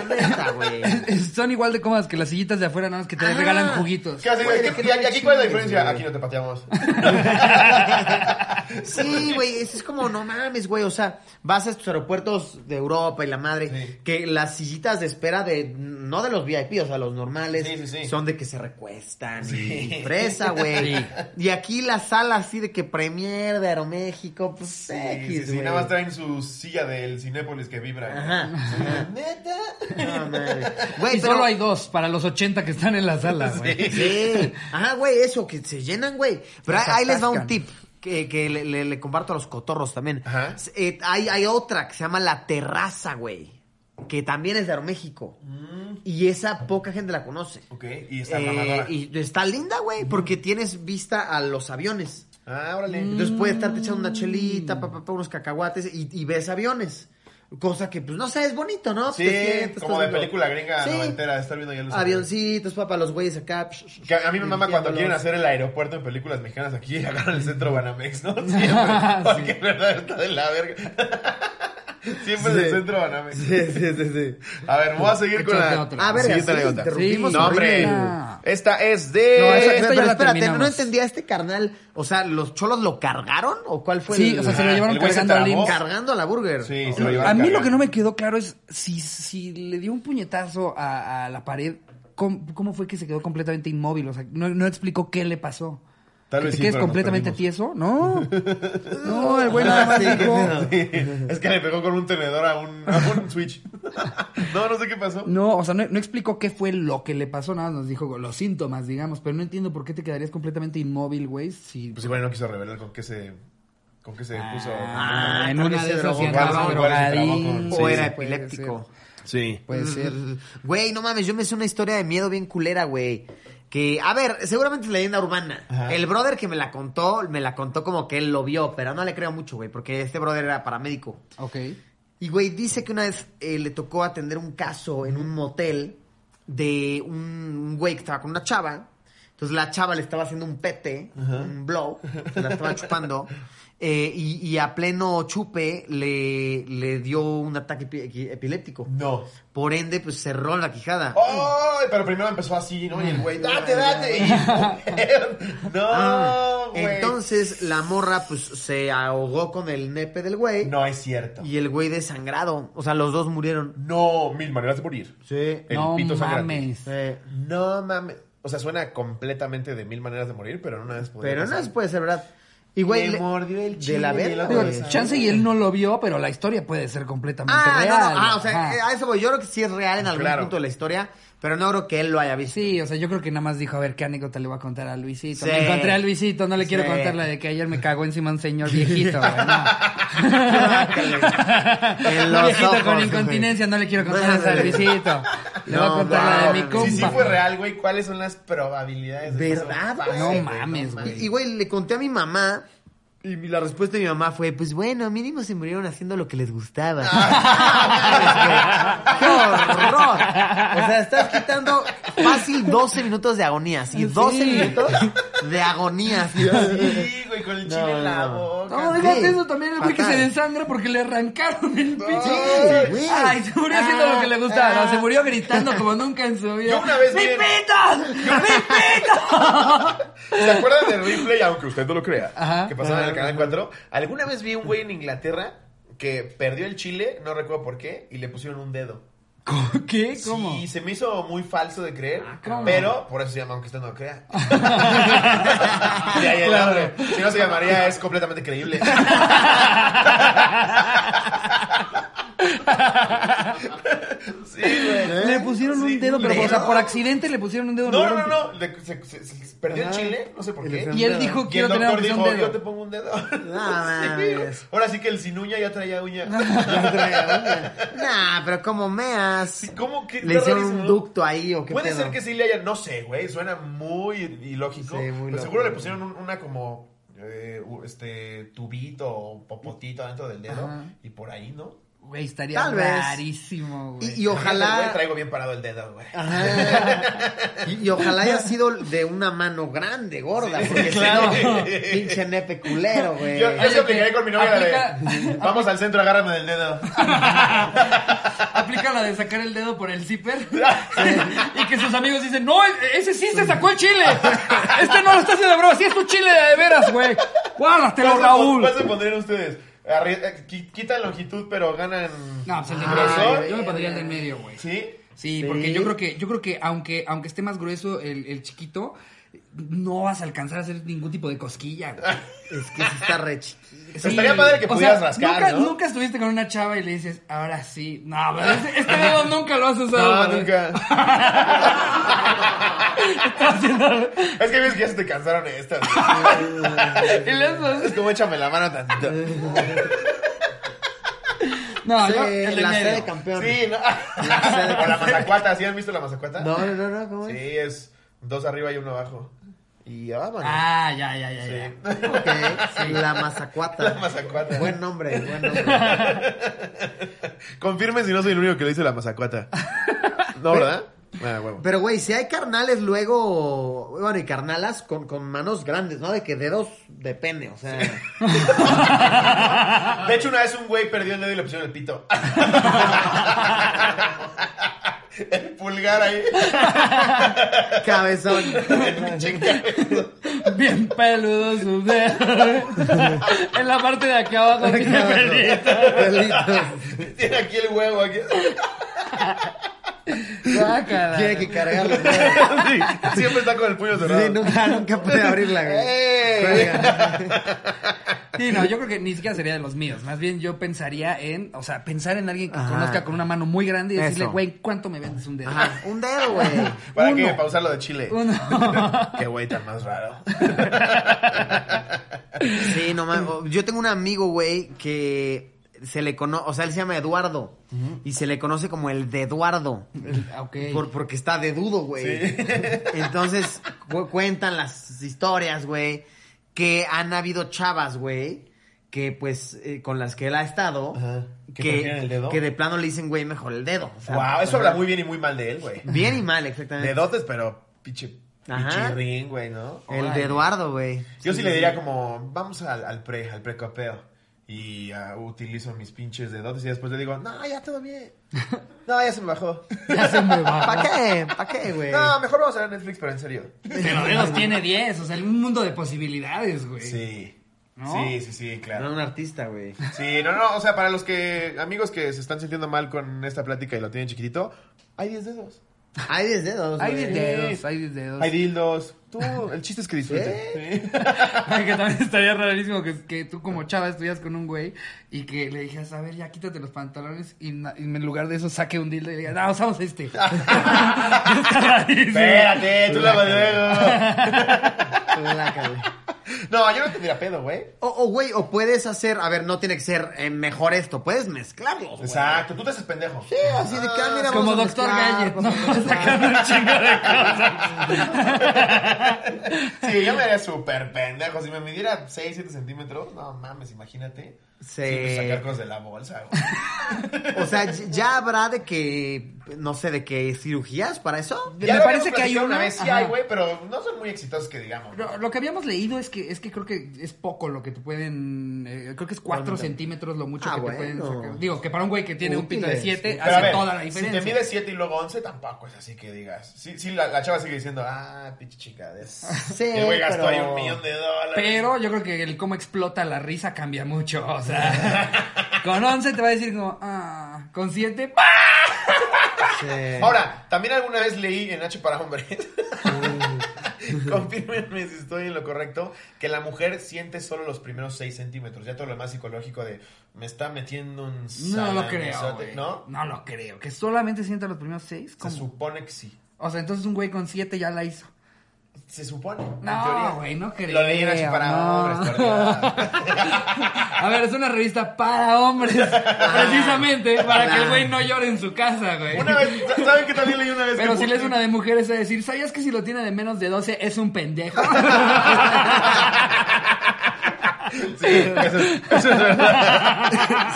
güey. [laughs] Son igual de cómodas que las sillitas de afuera, nada más que te Ah. regalan juguitos. ¿Qué haces? Güey, ¿Qué- es que y no aquí me cuál es la chingues, diferencia? güey. Aquí no te pateamos. [laughs] Sí, güey, eso es como, no mames, güey, o sea, vas a estos aeropuertos de Europa y la madre, Sí. que las sillitas de espera de, no de los VIP, o sea, los normales, Sí, sí, sí. son de que se recuestan Sí. y fresa, güey. Sí. Y aquí la sala así de que Premier de Aeroméxico, pues X, Sí, sí, sí, güey. nada más traen su silla del Cinépolis que vibra. güey. Ajá. ¿Neta? No mames. y Güey, pero- solo hay dos para los 80 que están en la sala, güey. Sí. [laughs] Ajá, güey, eso, que se llenan, güey. Pero Las ahí les va un atascan. tip que, que le, le- le comparto a los cotorros también. Ajá. Eh, hay, hay otra que se llama La Terraza, güey. Que también es de Aeroméxico. Y esa poca gente la conoce. Ok, y Mm. está Eh, mamadora. Mm. y está linda, güey, porque tienes vista a los aviones. Ah, órale. Entonces puedes estarte echando una Mm. chelita, pa, pa, pa, unos cacahuates y, y ves aviones. Cosa que, pues, no sé, es bonito, ¿no? Sí, Te sientas, como estás de viendo- película gringa Sí. noventera, estar viendo ya los Avioncitos, papá, los güeyes acá. Que a mí me mama cuando quieren hacer el aeropuerto en películas mexicanas aquí [laughs] y agarran el centro [laughs] Banamex, ¿no? Siempre. Porque en verdad está de la verga. [laughs] Siempre es el centro Banamex. [laughs] Sí, sí, sí, sí. A ver, voy a seguir con Échate la otra. A ver, siguiente sí, anécdota. interrumpimos Sí. No, hombre. horrible. No. Esta es de. No, esa- esa- Pero, Eh, ya la espérate, terminamos. no entendía este carnal. O sea, ¿los cholos lo cargaron? ¿O cuál fue Sí, el- o sea, se lo Pues, Ajá, llevaron el güey se cargando al trabó. IMSS. cargando a la burger? Sí, se lo llevaron A mí cargando. lo que no me quedó claro es si, si le dio un puñetazo a, a la pared, ¿cómo, cómo fue que se quedó completamente inmóvil? O sea, no, no explicó qué le pasó. Tal ¿Que vez te sí, quedes pero nos completamente perdimos. tieso? [laughs] No. No, el güey nada más Sí, dijo... Sí, es que le pegó con un tenedor a un, a un switch. No, no sé qué pasó. [laughs] No, o sea, no, no explicó qué fue lo que le pasó, nada más nos dijo los síntomas, digamos, pero no entiendo por qué te quedarías completamente inmóvil, güey, si... Pues igual no quiso revelar con qué se. con qué se puso. Ah, en tal una vez de se esas drogó, sí andaba igual se trabó con- drogadín. Sí, O era sí, epiléptico. Sí. Puede ser. Puede ser. Güey, no mames, yo me sé una historia de miedo bien culera, güey. Que, a ver, seguramente es leyenda urbana. Ajá. El brother que me la contó, me la contó como que él lo vio, pero no le creo mucho, güey, porque este brother era paramédico. Ok. Y güey, dice que una vez eh, le tocó atender un caso en un motel de un, un güey que estaba con una chava. Entonces la chava le estaba haciendo un pete, un blow, se la estaba chupando. [laughs] eh, y, y a pleno chupe le, le dio un ataque epi- epiléptico. No. Por ende, pues cerró la quijada. Oh, ¡Ay! Pero primero empezó así, ¿no? Y el güey, ¡date, date! Y, Mm. [laughs] Ah, [laughs] ¡No, güey! entonces la morra pues se ahogó con el nepe del güey No es cierto. y el güey desangrado. O sea, los dos murieron. No, mil maneras de morir. Sí. El no pito sangrante. mames. Eh, No mames. O sea, suena completamente de mil maneras de morir, pero en una vez podría Pero no pasar. se puede ser verdad. Igual Le mordió el de chile la y el verga, otro güey. le Chance y él no lo vio, pero la historia puede ser completamente Ah, no, real. no, ah, o sea, Ajá. eh, a eso voy. Yo creo que sí es real en algún Claro. punto de la historia, pero no creo que él lo haya visto. Sí, o sea, yo creo que nada más dijo, a ver, ¿qué anécdota le voy a contar a Luisito? Sí. Me encontré a Luisito, no le quiero Sí. contar la de que ayer me cagó encima un señor [laughs] viejito, güey, no. [laughs] En Un los viejito con ojos, incontinencia, no le quiero contar No, esa a güey. Luisito. Le voy a No, contar la de wow, mi sí, compa. Si sí fue real, güey, ¿cuáles son las probabilidades de que eso ¿Verdad, pase, güey? No güey? mames, güey. Y, y, güey, le conté a mi mamá. Y la respuesta de mi mamá fue, pues bueno, mínimo se murieron haciendo lo que les [laughs] gustaba. ¡Qué horror! O sea, estás quitando fácil 12 minutos de agonías. Y 12 Sí. minutos de agonías. [laughs] Sí, güey, con el chile en la boca. No, Sí. déjate eso también, el güey que se Fatal. desangra porque le arrancaron el pinche. Sí, güey. Ay, se murió haciendo lo que le gustaba. Ah, no, se murió gritando como nunca en su vida. Yo una vez ¡Mi vi- pito! ¡Mi pito! ¿Se acuerdan de Ripley? Aunque usted no lo crea. Ajá. Ah, Que pasaba en el Canal 4. ¿Alguna vez vi un güey en Inglaterra que perdió el chile, no recuerdo por qué, y le pusieron un dedo? ¿Cómo? ¿Qué? ¿Cómo? Ah, Sí, se me hizo muy falso de creer, cabrón. pero por eso se llama Aunque usted no lo [laughs] crea. De ahí el nombre. Si no se llamaría Es [laughs] completamente creíble. sí, güey. Le pusieron Sí, un dedo, pero o sea, dedo. por accidente le pusieron un dedo. No, lo no, rompieron. no. le- se- se- se- perdió Ajá. el chile, no sé por Y le qué. pusieron Y él un dijo, Y el quiero tener doctor aunque sea un dijo, yo te dedo. pongo un dedo. [laughs] mames. Ahora sí que el sin uña ya traía uña. Nah, pero como meas. ¿Cómo que Le está hicieron rarísimo, un no? ducto ahí o qué Puede pedo? ser que sí le hayan, no sé, güey, suena muy ilógico. Sí, muy pero loco, seguro le güey. pusieron un- una como eh, u- este tubito o popotito dentro del dedo Ajá. y por ahí, ¿no? Güey, estaría Tal vez. rarísimo, güey. Y- y [laughs] Ojalá- Güey, traigo bien parado el dedo, güey. Ajá. Y, y ojalá haya sido de una mano grande, gorda, porque claro. si no, pinche nepe culero, güey. Yo, yo se aplicaré que con mi novia de, aplica- Vamos al centro, agárrame del dedo. Aplica la de sacar el dedo por el [laughs] zipper. y que sus amigos dicen, no, e-, ese sí se sacó el chile. Este no lo está haciendo de broma, sí es tu chile de veras, güey. Guárdatelo, [laughs] ¿Cuál se pon- Raúl. ¿Cuál se pondrían ustedes? Arri- eh, qui- Quitan longitud, pero ganan. No, pues el del grosor. medio. güey. Yo me pondría el del medio, güey. Ah, ¿Sí? Sí, Sí. porque yo creo que, yo creo que aunque, aunque esté más grueso el, el chiquito, no vas a alcanzar a hacer ningún tipo de cosquilla, güey. Es que sí está re chiquito. [laughs] Estaría padre que O sea, pudieras rascar, nunca, ¿no? nunca estuviste con una chava y le dices, ahora sí. No, pero este, este dedo nunca lo has usado. No, güey. [laughs] nunca. Estás [laughs] haciendo- es que ves que ya se te cansaron estas. y le haces- Es como échame la mano tantito. No, Sí, yo, el de la medio. sede de campeón. Sí, ¿no? O la mazacuata, ¿sí han visto la mazacuata? No, no, no, no, ¿cómo Sí, es? es dos arriba y uno abajo. Y ya vámonos. Ah, ya, ya, ya, Sí. ya. Ok, [laughs] La mazacuata. La mazacuata. Buen nombre, buen nombre. Confirmen si no soy el único que le dice la mazacuata. No, ¿verdad? Ah, huevo. Pero, güey, si hay carnales luego, bueno, y carnalas con, con manos grandes, ¿no? De que dedos de pene, o sea. De hecho, una vez un güey perdió el dedo y le pusieron el pito. [laughs] El pulgar ahí. [laughs] Cabezón. Bien peludo su [laughs] dedo. en la parte de aquí abajo tiene pelito. Pelitos. Tiene aquí el huevo. Aquí. Guácala. Tiene que cargarlo. Sí, siempre está con el puño cerrado. Sí, nunca, nunca [laughs] puede abrirla, güey. ¡Ey! Sí, no, yo creo que ni siquiera sería de los míos. Más bien yo pensaría en, o sea, pensar en alguien que Ajá. conozca con una mano muy grande y decirle, Eso. güey, ¿cuánto me vendes un dedo? Ajá, un dedo, güey. ¿Para Uno. qué pausar lo de Chile? [laughs] Uno. [laughs] [laughs] Qué güey tan más raro. Sí, no mames. [laughs] Yo tengo un amigo, güey, que se le conoce, o sea, él se llama Eduardo. Y se le conoce como el de Eduardo. ok. Por, porque está de dudo, güey. [laughs] Entonces, cu- cuentan las historias, güey, que han habido chavas, güey, que pues eh, con las que él ha estado, Ajá. ¿Que prefieren el que, dedo? que de plano le dicen, güey, mejor el dedo. O sea, Wow, o eso habla sea, muy bien y muy mal de él, güey. Bien y mal, exactamente. De dotes, pero pinche Ajá. Eh, pichirrín, güey, ¿no? El Órale. de Eduardo, güey. Yo sí, le diría como, vamos al, al pre, al precopeo. Y ah, utilizo mis pinches dedotes y después le digo, no, ya todo bien. No, ya se me bajó. Ya se me va. ¿Para qué? ¿Para qué, Eh, güey? No, mejor vamos a ver Netflix, pero en serio. Pero dedos tiene 10, o sea, un mundo de posibilidades, güey. Sí. ¿No? Sí, sí, sí, Era claro. un artista, güey. Sí, no, no, o sea, para los que, amigos que se están sintiendo mal con esta plática y lo tienen chiquitito, hay 10 dedos. Hay 10 dedos. Hay güey. 10 dedos, hay 10 dedos. Hay dildos. Tú, el chiste es que disfruten. ¿Eh? Ay, [laughs] que también estaría rarísimo que, que tú como chava estuvieras con un güey y que le dijeras, a ver, ya quítate los pantalones y, na- y en lugar de eso saque un dildo y le digas, no, usamos [laughs] este. [laughs] Está rarísimo. Espérate, tú la luego. Placa, güey. No, yo no tendría pedo, güey. O, o, güey, o puedes hacer, a ver, no tiene que ser eh, mejor esto, puedes mezclarlos. güey. Exacto, tú te haces pendejo. Sí, así de que, ah, mira, Como vamos a Doctor mezclar, Gadget, vamos a ¿no? [laughs] Sacando un chingo de cosas. Sí, yo me haría súper pendejo. Si me midiera 6, 7 centímetros, no mames, imagínate. Sí. Siempre pues, sacar cosas de la bolsa, güey. O sea, y- ya habrá de que, no sé, de que cirugías para eso. Me Ya lo parece habíamos que hay platicado una- vez, sí ajá. hay, güey, pero no son muy exitosos que digamos. Lo, lo que habíamos leído es que es que creo que es poco lo que te pueden. eh, creo que es 4 centímetros lo mucho Ah, que bueno. te pueden sacar. Digo, que para un güey que tiene un pito de Útiles. 7 Pero a hace ver, toda la si diferencia. te mides 7 y luego 11, tampoco es así que digas. Sí, sí la, la chava sigue diciendo, ah, pinche [laughs] chica. de- Sí, El güey gastó pero- ahí un millón de dólares. Pero yo creo que el cómo explota la risa cambia mucho. O [laughs] sea, con 11 te va a decir como, ah, con 7, ¡pah! Sí. Ahora, también alguna vez leí en H para hombres. [laughs] Mm. Confírmenme si estoy en lo correcto. Que la mujer siente solo los primeros 6 centímetros. Ya todo lo demás psicológico de me está metiendo un No lo creo. salamesote", güey. ¿no? no lo creo. Que solamente sienta los primeros 6. Se supone que sí. O sea, entonces un güey con 7 ya la hizo. Se supone. en teoría. No, güey, no creo. Lo leí en H para no. hombres, perdón. [laughs] A ver, es una revista para [laughs] hombres. precisamente para que el güey no llore en su casa, güey. Una vez, ¿saben que también leí una vez? Pero que si lees una de mujeres a decir, ¿sabías que si lo tiene de menos de 12 es un [laughs] pendejo? [laughs] Sí, eso, es- eso es verdad.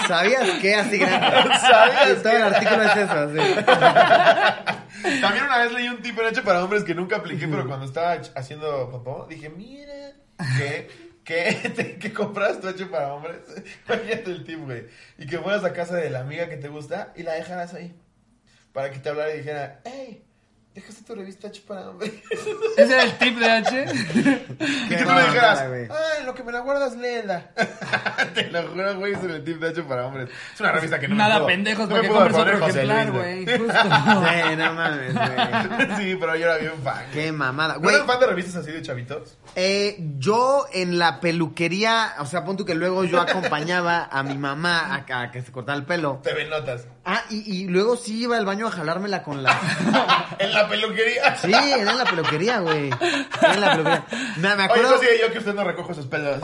¿Sabías qué? Así grande. ¿Sabías Todo qué? el artículo es eso, [laughs] sí. También una vez leí un tip en hecho para hombres que nunca apliqué, pero cuando estaba ch- haciendo popó, dije, mira, que, que, [laughs] te- que compras tu hecho para hombres. [laughs] Imagínate el tip, güey. Y que fueras a casa de la amiga que te gusta y la dejaras ahí. Para que te hablara y dijera, hey, dejaste tu revista hecho para hombres. [laughs] Ese era el tip de H. Y que Qué tú le bárbara, dijeras, güey. ay, lo que me la guardas, léela. [laughs] Te lo juro, güey, es el tip de hecho para hombres. Es una revista que no me Nada pudo- pendejos no para me que pudo compres otro poner José ejemplar, Luis, güey. [laughs] Justo. Sí, no mames, güey. Sí, pero yo era bien fan. Qué mamada. ¿No Güey, eres fan de revistas así de chavitos? Eh, yo en la peluquería, o sea, pon tú que luego yo acompañaba a mi mamá a, a que se cortara el pelo. Te ven [laughs] notas. Ah, y, y luego sí iba al baño a jalármela con la... en la peluquería. Sí, era en la peluquería, güey. Era en la peluquería. Me, me Oye, acuerdo... eso sí, yo que usted no recojo sus [laughs] pelos.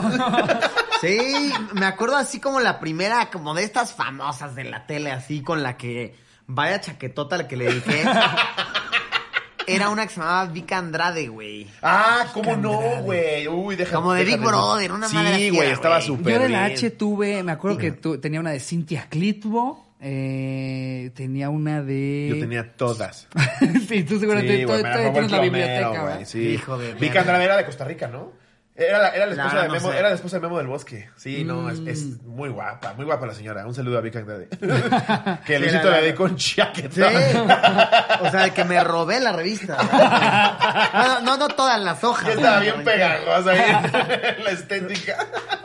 Sí, me acuerdo así como la primera, como de estas famosas de la tele, así con la que vaya chaquetota la que le [laughs] dije. Era una que se llamaba Vika Andrade, güey. ah, ¿cómo no, güey? Uy, deja. Como de deja Big Brother, una Sí, madre así güey, era, estaba güey. [laughs] súper Yo de la bien. H tuve, me acuerdo que tu- tenía una de Cintia Clitbo. eh, tenía una de. Yo tenía todas. [laughs] sí, tú Sí, seguramente güey, todo- me todavía robó el tienes la plomero, biblioteca, güey, ¿verdad? Sí. Hijo de Vic verga. Andrade era de Costa Rica, ¿no? Era la, era la esposa La de verdad, no Memo, sé. era la esposa de Memo del Bosque. Sí, no, Mm. es, es muy guapa, muy guapa la señora. Un saludo a Vic [laughs] Andrade. que Luisito la- le dé con Sí. chaqueta. O sea, de que me robé la revista. No, no, no todas las hojas. Ya estaba güey. bien pegajosa bien, [laughs] la estética.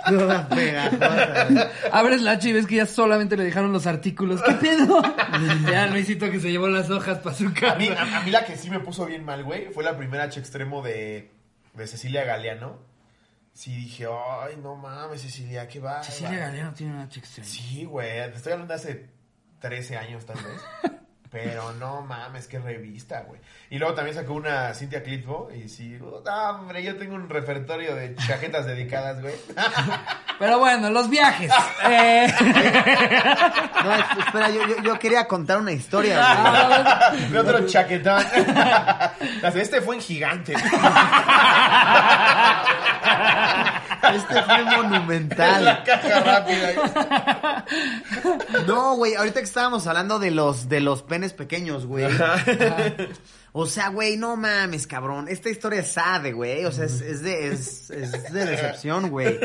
Todas pegajosas, güey. [laughs] Abres la H y ves que ya solamente le dejaron los artículos. ¿Qué [laughs] pedo? ya Luisito que se llevó las hojas para su A mí, casa. a, a mí la que sí me puso bien mal, güey, fue la primera H extremo de, de Cecilia Galeano. Sí dije, ay, no mames, Cecilia, qué va. Cecilia Galeano tiene una H extrema. Sí, güey, te estoy hablando de hace 13 años tal [laughs] vez. Pero no mames, qué revista, güey. Y luego también sacó una Cintia Clitbo y sí, puta, hombre, yo tengo un repertorio de chaquetas dedicadas, güey. [laughs] Pero bueno, los viajes. Eh, No, es- espera, yo, yo, yo quería contar una historia. güey. ah, [laughs] De otro chaquetón. Las de este fue en [laughs] gigante. Este fue La [laughs] monumental. caja rápida. güey. No, güey, ahorita que estábamos hablando de los, de los penes pequeños, güey. O sea, güey, no mames, cabrón. Esta historia es sad, güey. O sea, es, es de, es, es de decepción, güey.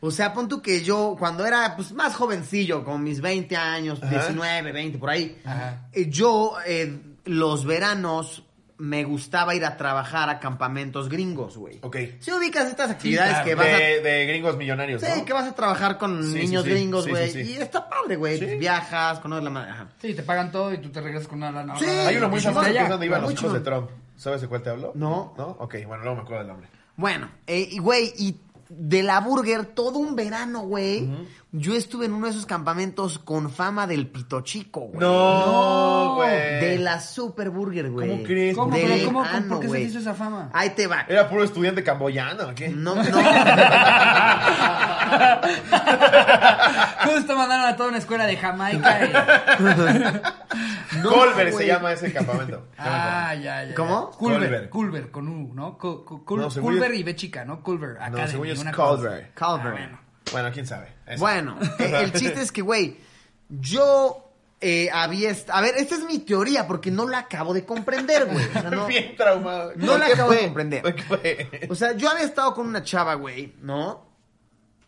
O sea, pon tú que yo, cuando era pues, más jovencillo, con mis 20 años, 19, 20, por ahí, Ajá. eh, yo eh, los veranos me gustaba ir a trabajar a campamentos gringos, güey. Ok. Si ubicas estas actividades claro, que vas a De, de gringos millonarios, Sí, ¿no? que vas a trabajar con Sí, sí, niños sí. gringos, Sí, güey. sí, sí. Y está padre, güey. Sí. Viajas, conoces la madre. Ajá. Sí, te pagan todo y tú te regresas con una lana. Sí. ahorrada. Hay uno muy Y famoso hasta que allá. es donde iban los Mucho. hijos de Trump. ¿Sabes de cuál te hablo? No. ¿No? Ok, bueno, luego me acuerdo del nombre. Bueno, eh, y, güey, y de la burger todo un verano, güey. Yo estuve en uno de esos campamentos con fama del pito chico, güey. No, güey. De la super burger, güey. ¿Cómo crees? Eh. ¿Cómo? De ¿Pero cómo? verano, ¿Por qué se güey. hizo esa fama? Ahí te va. Era puro estudiante camboyano, ¿o ¿qué? [laughs] No, no. [laughs] Justo mandaron a toda una escuela de Jamaica. eh. No, Colbert se güey. llama ese [laughs] campamento. Ya me Ah, ya, ya, ya. ¿Cómo? Culver. Culver. Culver, con U, ¿no? Cu- cu- cul- No, según Culver yo- y B chica, ¿no? Culver. acuerdo. Academy, No, según yo es una cosa. Colbert. Calvary. Ah, bueno. Bueno, quién sabe. Eso. [laughs] Bueno, eh, el chiste es que, güey, yo eh, había... est- A ver, esta es mi teoría porque no la acabo de comprender, güey. O sea, no- [laughs] Bien traumado. No la ¿Qué acabo de fue? comprender. ¿Qué fue? O sea, yo había estado con una chava, güey, ¿no?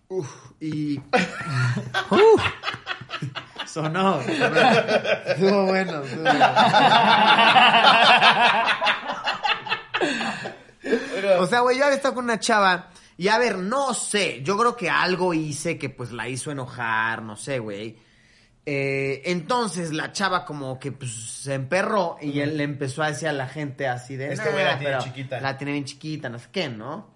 Uf, y... Sonó. Estuvo bueno, estuvo bueno. O sea, güey, yo había estado con una chava y a ver, no sé, yo creo que algo hice que pues la hizo enojar, no sé, güey. Eh, entonces la chava como que pues, se emperró y él le empezó a decir a la gente así de... Este güey la "Nah, tiene pero chiquita". La tiene bien chiquita, no sé qué, ¿no?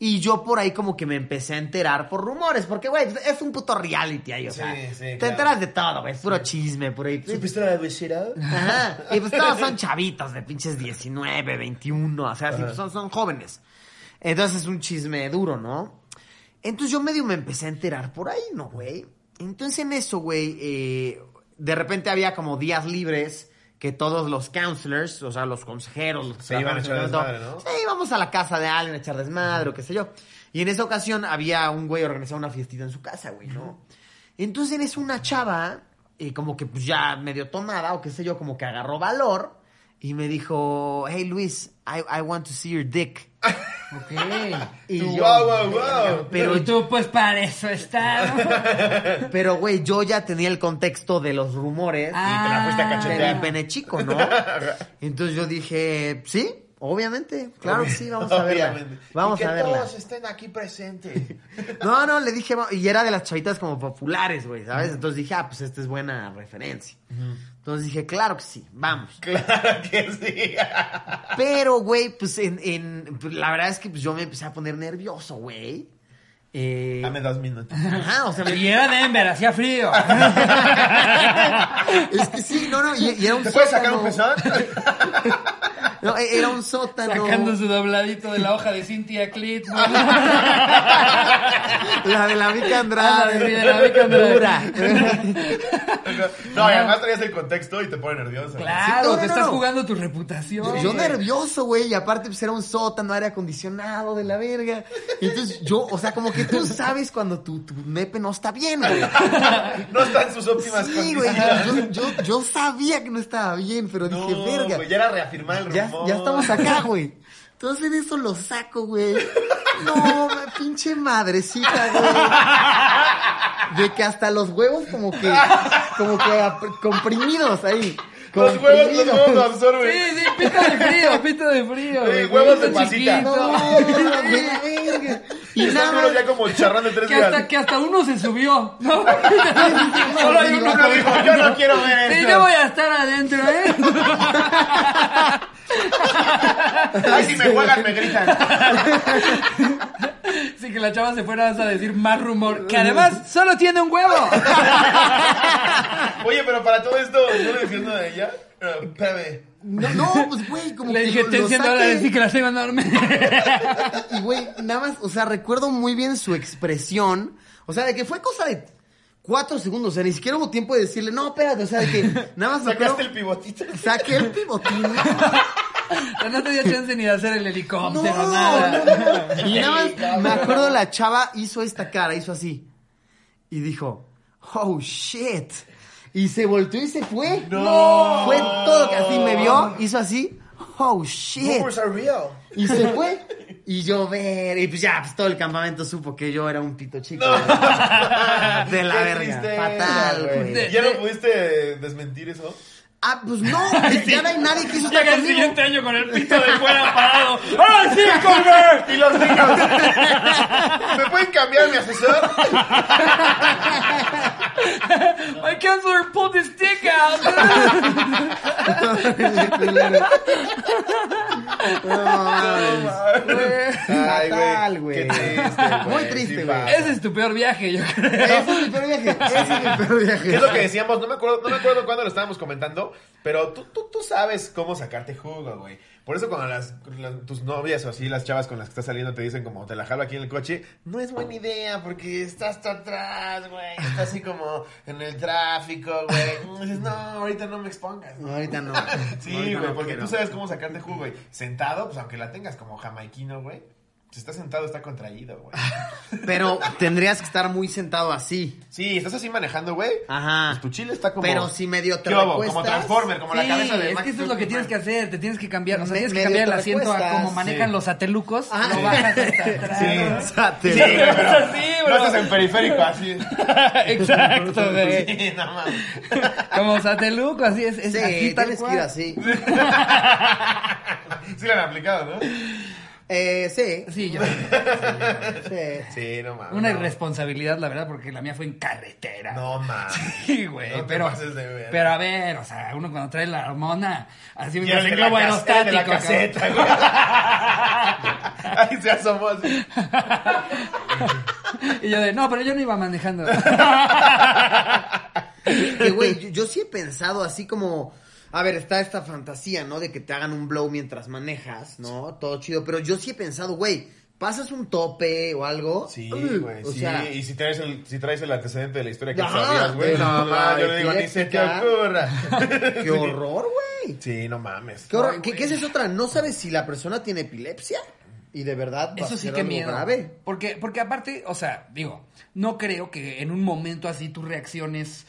Y yo por ahí como que me empecé a enterar por rumores, porque, güey, es un puto reality ahí, o Sí, sea. sí, te claro. pues. enteras de todo, güey, puro chisme, por ahí. pistola de Bechera? [laughs] Ajá. Y pues todos son chavitos de pinches 19, 21, o sea, sí, pues, son, son jóvenes. Entonces es un chisme duro, ¿no? Entonces yo medio me empecé a enterar por ahí, ¿no, güey? Entonces en eso, güey, eh, de repente había como días libres que todos los counselors, o sea, los consejeros, los que Se iban a echar trabajan en el desmadre, ¿no? Sí, íbamos a la casa de alguien a echar desmadre o qué sé yo. Y en esa ocasión había un güey organizado una fiestita en su casa, güey, ¿no? Entonces es una chava, eh, como que pues ya medio tomada o qué sé yo, como que agarró valor y me dijo, hey Luis, I, I want to see your dick. Ok. Y Tú, yo, guau, guau, "Verga, guau". Pero, Pero tú, pues, para eso [laughs] está. ¿no? pero güey, yo ya tenía el contexto de los rumores. Ah, te la fuiste a de cachetear. mi pene [laughs] chico, ¿no? Entonces yo dije, sí, obviamente, claro que sí, vamos a verla. Obviamente. Vamos y que a verla. todos estén aquí presentes. No, no, le dije, va- y era de las chavitas como populares, güey, ¿sabes? Entonces dije, ah, pues esta es buena referencia. Entonces dije, claro que sí, vamos. [laughs] claro que sí. Pero, güey, pues en, en, pues, la verdad es que pues, yo me empecé a poner nervioso, güey. Eh, Dame dos minutos. ajá, o [laughs] sea, me- Y era Denver, hacía [laughs] frío. es que sí, no, no, y, y era un ¿Te puedes sacar un sótano. pezón? No, e- era un sótano. Sacando su dobladito de la hoja de Cynthia Clit. ¿no? [laughs] La de la Mica Ah, la de- de la Andrade. Mica Andrade. [laughs] Dura. [laughs] no, y además traías el contexto y te pone nervioso. Claro, Sí, no, no, te no, estás no. jugando tu reputación. Yo, yo nervioso, güey, y aparte pues era un sótano, aire acondicionado de la verga. Entonces yo, o sea, como que tú sabes cuando tu, tu nepe no está bien, güey. No está en sus óptimas Sí, güey, condiciones. yo, yo, yo sabía que no estaba bien, pero No, dije, verga, güey, ya era reafirmar el ya, rumor. ya estamos [laughs] acá, güey. Entonces en eso lo saco, güey. No, ma- pinche madrecita, güey. De que hasta los huevos como que, como que ap- comprimidos ahí. Los huevos, los comprimidos. huevos lo absorben. Sí, sí, pito de frío, pito de frío. Sí, güey, huevos de pito pasita. chiquito. No, de la verga. Y Y estás nada viendo más. ya como charrán de tres Que hasta, días. que hasta uno se subió. ¿no? Solo hay uno que dijo, yo no quiero ver Sí, esto. yo voy a estar adentro, ¿eh? [laughs] Ay, si me juegan, me gritan. Sí, que la chava se fuera a decir más rumor. Que además solo tiene un huevo. Oye, pero para todo esto, ¿no le decías nada a ella? Pero, espérame. No, no, pues güey, como Le que dije, lo- te lo enciendo ahora saqué. decir que la estoy mandando. a dormir". [laughs] Y güey, nada más, o sea, recuerdo muy bien su expresión. O sea, de que fue cosa de cuatro segundos. O sea, ni siquiera hubo tiempo de decirle, no, espérate. O sea, de que nada más Sacaste el recuerdo- pivotito. Saqué el pivotín. O sea, No te dio chance ni de hacer el No, helicóptero, no, nada. no. Y nada más, me acuerdo la chava hizo esta cara, hizo así. Y dijo, oh shit. Y se volteó y se fue. No. Fue todo que así me vio, hizo así. Oh shit. Rumors are real. Y se fue. Y yo ver, y pues ya, pues todo el campamento supo que yo era un pito chico. [laughs] güey. De la Qué verga. triste, Fatal, güey. güey. De- ¿Ya no pudiste desmentir eso? Ah, pues no, ya no hay nadie que hizo estar Llega el conmigo. siguiente año con el pito de fuera [laughs] parado. ¡Ah, sí, Colbert! Y los niños. [laughs] ¿Me pueden cambiar mi asesor? My counselor pulled his dick out. [laughs] No mames. Ay, Fatal, güey. Qué triste, güey. Muy triste, Sí, güey. pasa. Ese es tu peor viaje, yo creo. Ese es mi peor viaje. Ese es mi peor viaje. ¿Qué es lo que decíamos? No me acuerdo, no me acuerdo cuándo lo estábamos comentando, pero tú, tú, tú sabes cómo sacarte jugo, güey. Por eso cuando las, las- tus novias o así, las chavas con las que estás saliendo te dicen como, te la jalo aquí en el coche, no es buena idea porque estás hasta atrás, güey. Está así como en el tráfico, güey. Y dices, no, ahorita no me expongas. No, ahorita no. Sí, Ahorita güey, no porque quiero. tú sabes cómo sacarte jugo, güey. Sentado, pues aunque la tengas como jamaiquino, güey. Si estás sentado, está contraído, [laughs] güey. Pero tendrías que estar muy sentado así. Sí, estás así manejando, güey. Ajá. Pues tu chile está como. Pero si medio te ¿Qué hubo? recuestas. Como Transformer, como la Sí, cabeza de es Max que eso es lo que tienes que hacer, te tienes que cambiar, o sea, Me- tienes que medio cambiar el te asiento a recuestas, como manejan sí. los satelucos, Ah, lo sí. bajas hasta atrás. [laughs] Sí. Sate- Sí, güey, pero Así, bro. No estás en periférico así. [laughs] Exacto, güey. Sí, nada más. Como sateluco, así es, es Sí, así tal tienes que cual. ir así. Sí lo han aplicado, ¿no? Eh, sí. Sí, yo. sí. Sí, no mames. Una no. irresponsabilidad, la verdad, porque la mía fue en carretera. No mames. Sí, güey, No te pero, pases de verga. pero a ver, o sea, uno cuando trae la hormona, así Y me el hace de el la globo cas- el de la aerostático. cabrón. caseta, güey. [laughs] Ahí se asomó así. [laughs] Y yo de, no, pero yo no iba manejando. Que, güey, yo, yo sí he pensado así como. A ver, está esta fantasía, ¿no? De que te hagan un blow mientras manejas, ¿no? Todo chido. Pero yo sí he pensado, güey, pasas un tope o algo. Sí, Uh, güey, o sí. sea, y si traes, el, si traes el antecedente de la historia que Ajá, sabías, güey. de- No, mames, yo le digo, ni tienes se que te [laughs] estar- ocurra. qué horror, güey. Sí, no mames. Qué horror. ¿Qué, qué es esa otra? No sabes si la persona tiene epilepsia y de verdad va Eso a sí ser que algo miedo. grave. Porque, porque aparte, o sea, digo, no creo que en un momento así tus reacciones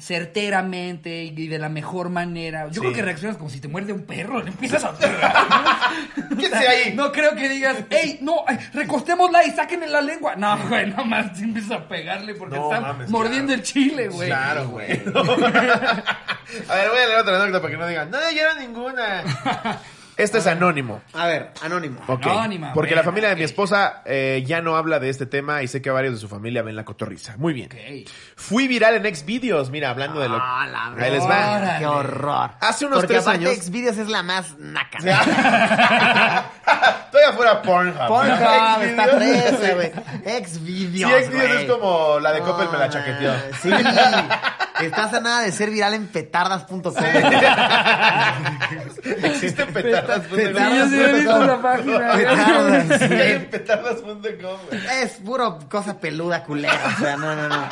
certeramente y y de la mejor manera. Yo Sí. creo que reaccionas como si te muerde un perro, le empiezas a pegar. [laughs] ¿Qué hace ahí? No creo que digas, hey, no, ay, recostémosla y sáquenle la lengua. No, güey, nada más te empiezas a pegarle porque No, está mames, mordiendo claro. el chile, güey. Claro, güey. [laughs] a ver, voy a leer otra anécdota para que no digan, no, yo no ninguna. Este es anónimo. A ver, anónimo. Ok. Anónima, Porque la bueno, familia de mi ok. esposa eh, ya no habla de este tema y sé que varios de su familia ven la cotorriza. Muy bien. Ok. Fui viral en Xvideos, mira, hablando de lo. Ah, la Ahí les va. [laughs] Órale. Qué horror. Hace unos Porque tres aparte años- Xvideos es la más naca. Todavía fuera Pornhub. [laughs] Pornhub, está Xvideos. fresa, güey. Sí, Xvideos, Xvideos güey. es como la de Coppel me la No, chaqueteó. [laughs] Sí. Estás a nada de ser viral en petardas.com. Existen petardas.com. Sí, yo sí he visto esa [laughs] página. Petardas. Existen petardas.com, güey. [laughs] Es puro cosa peluda culera. O sea, no, no, no.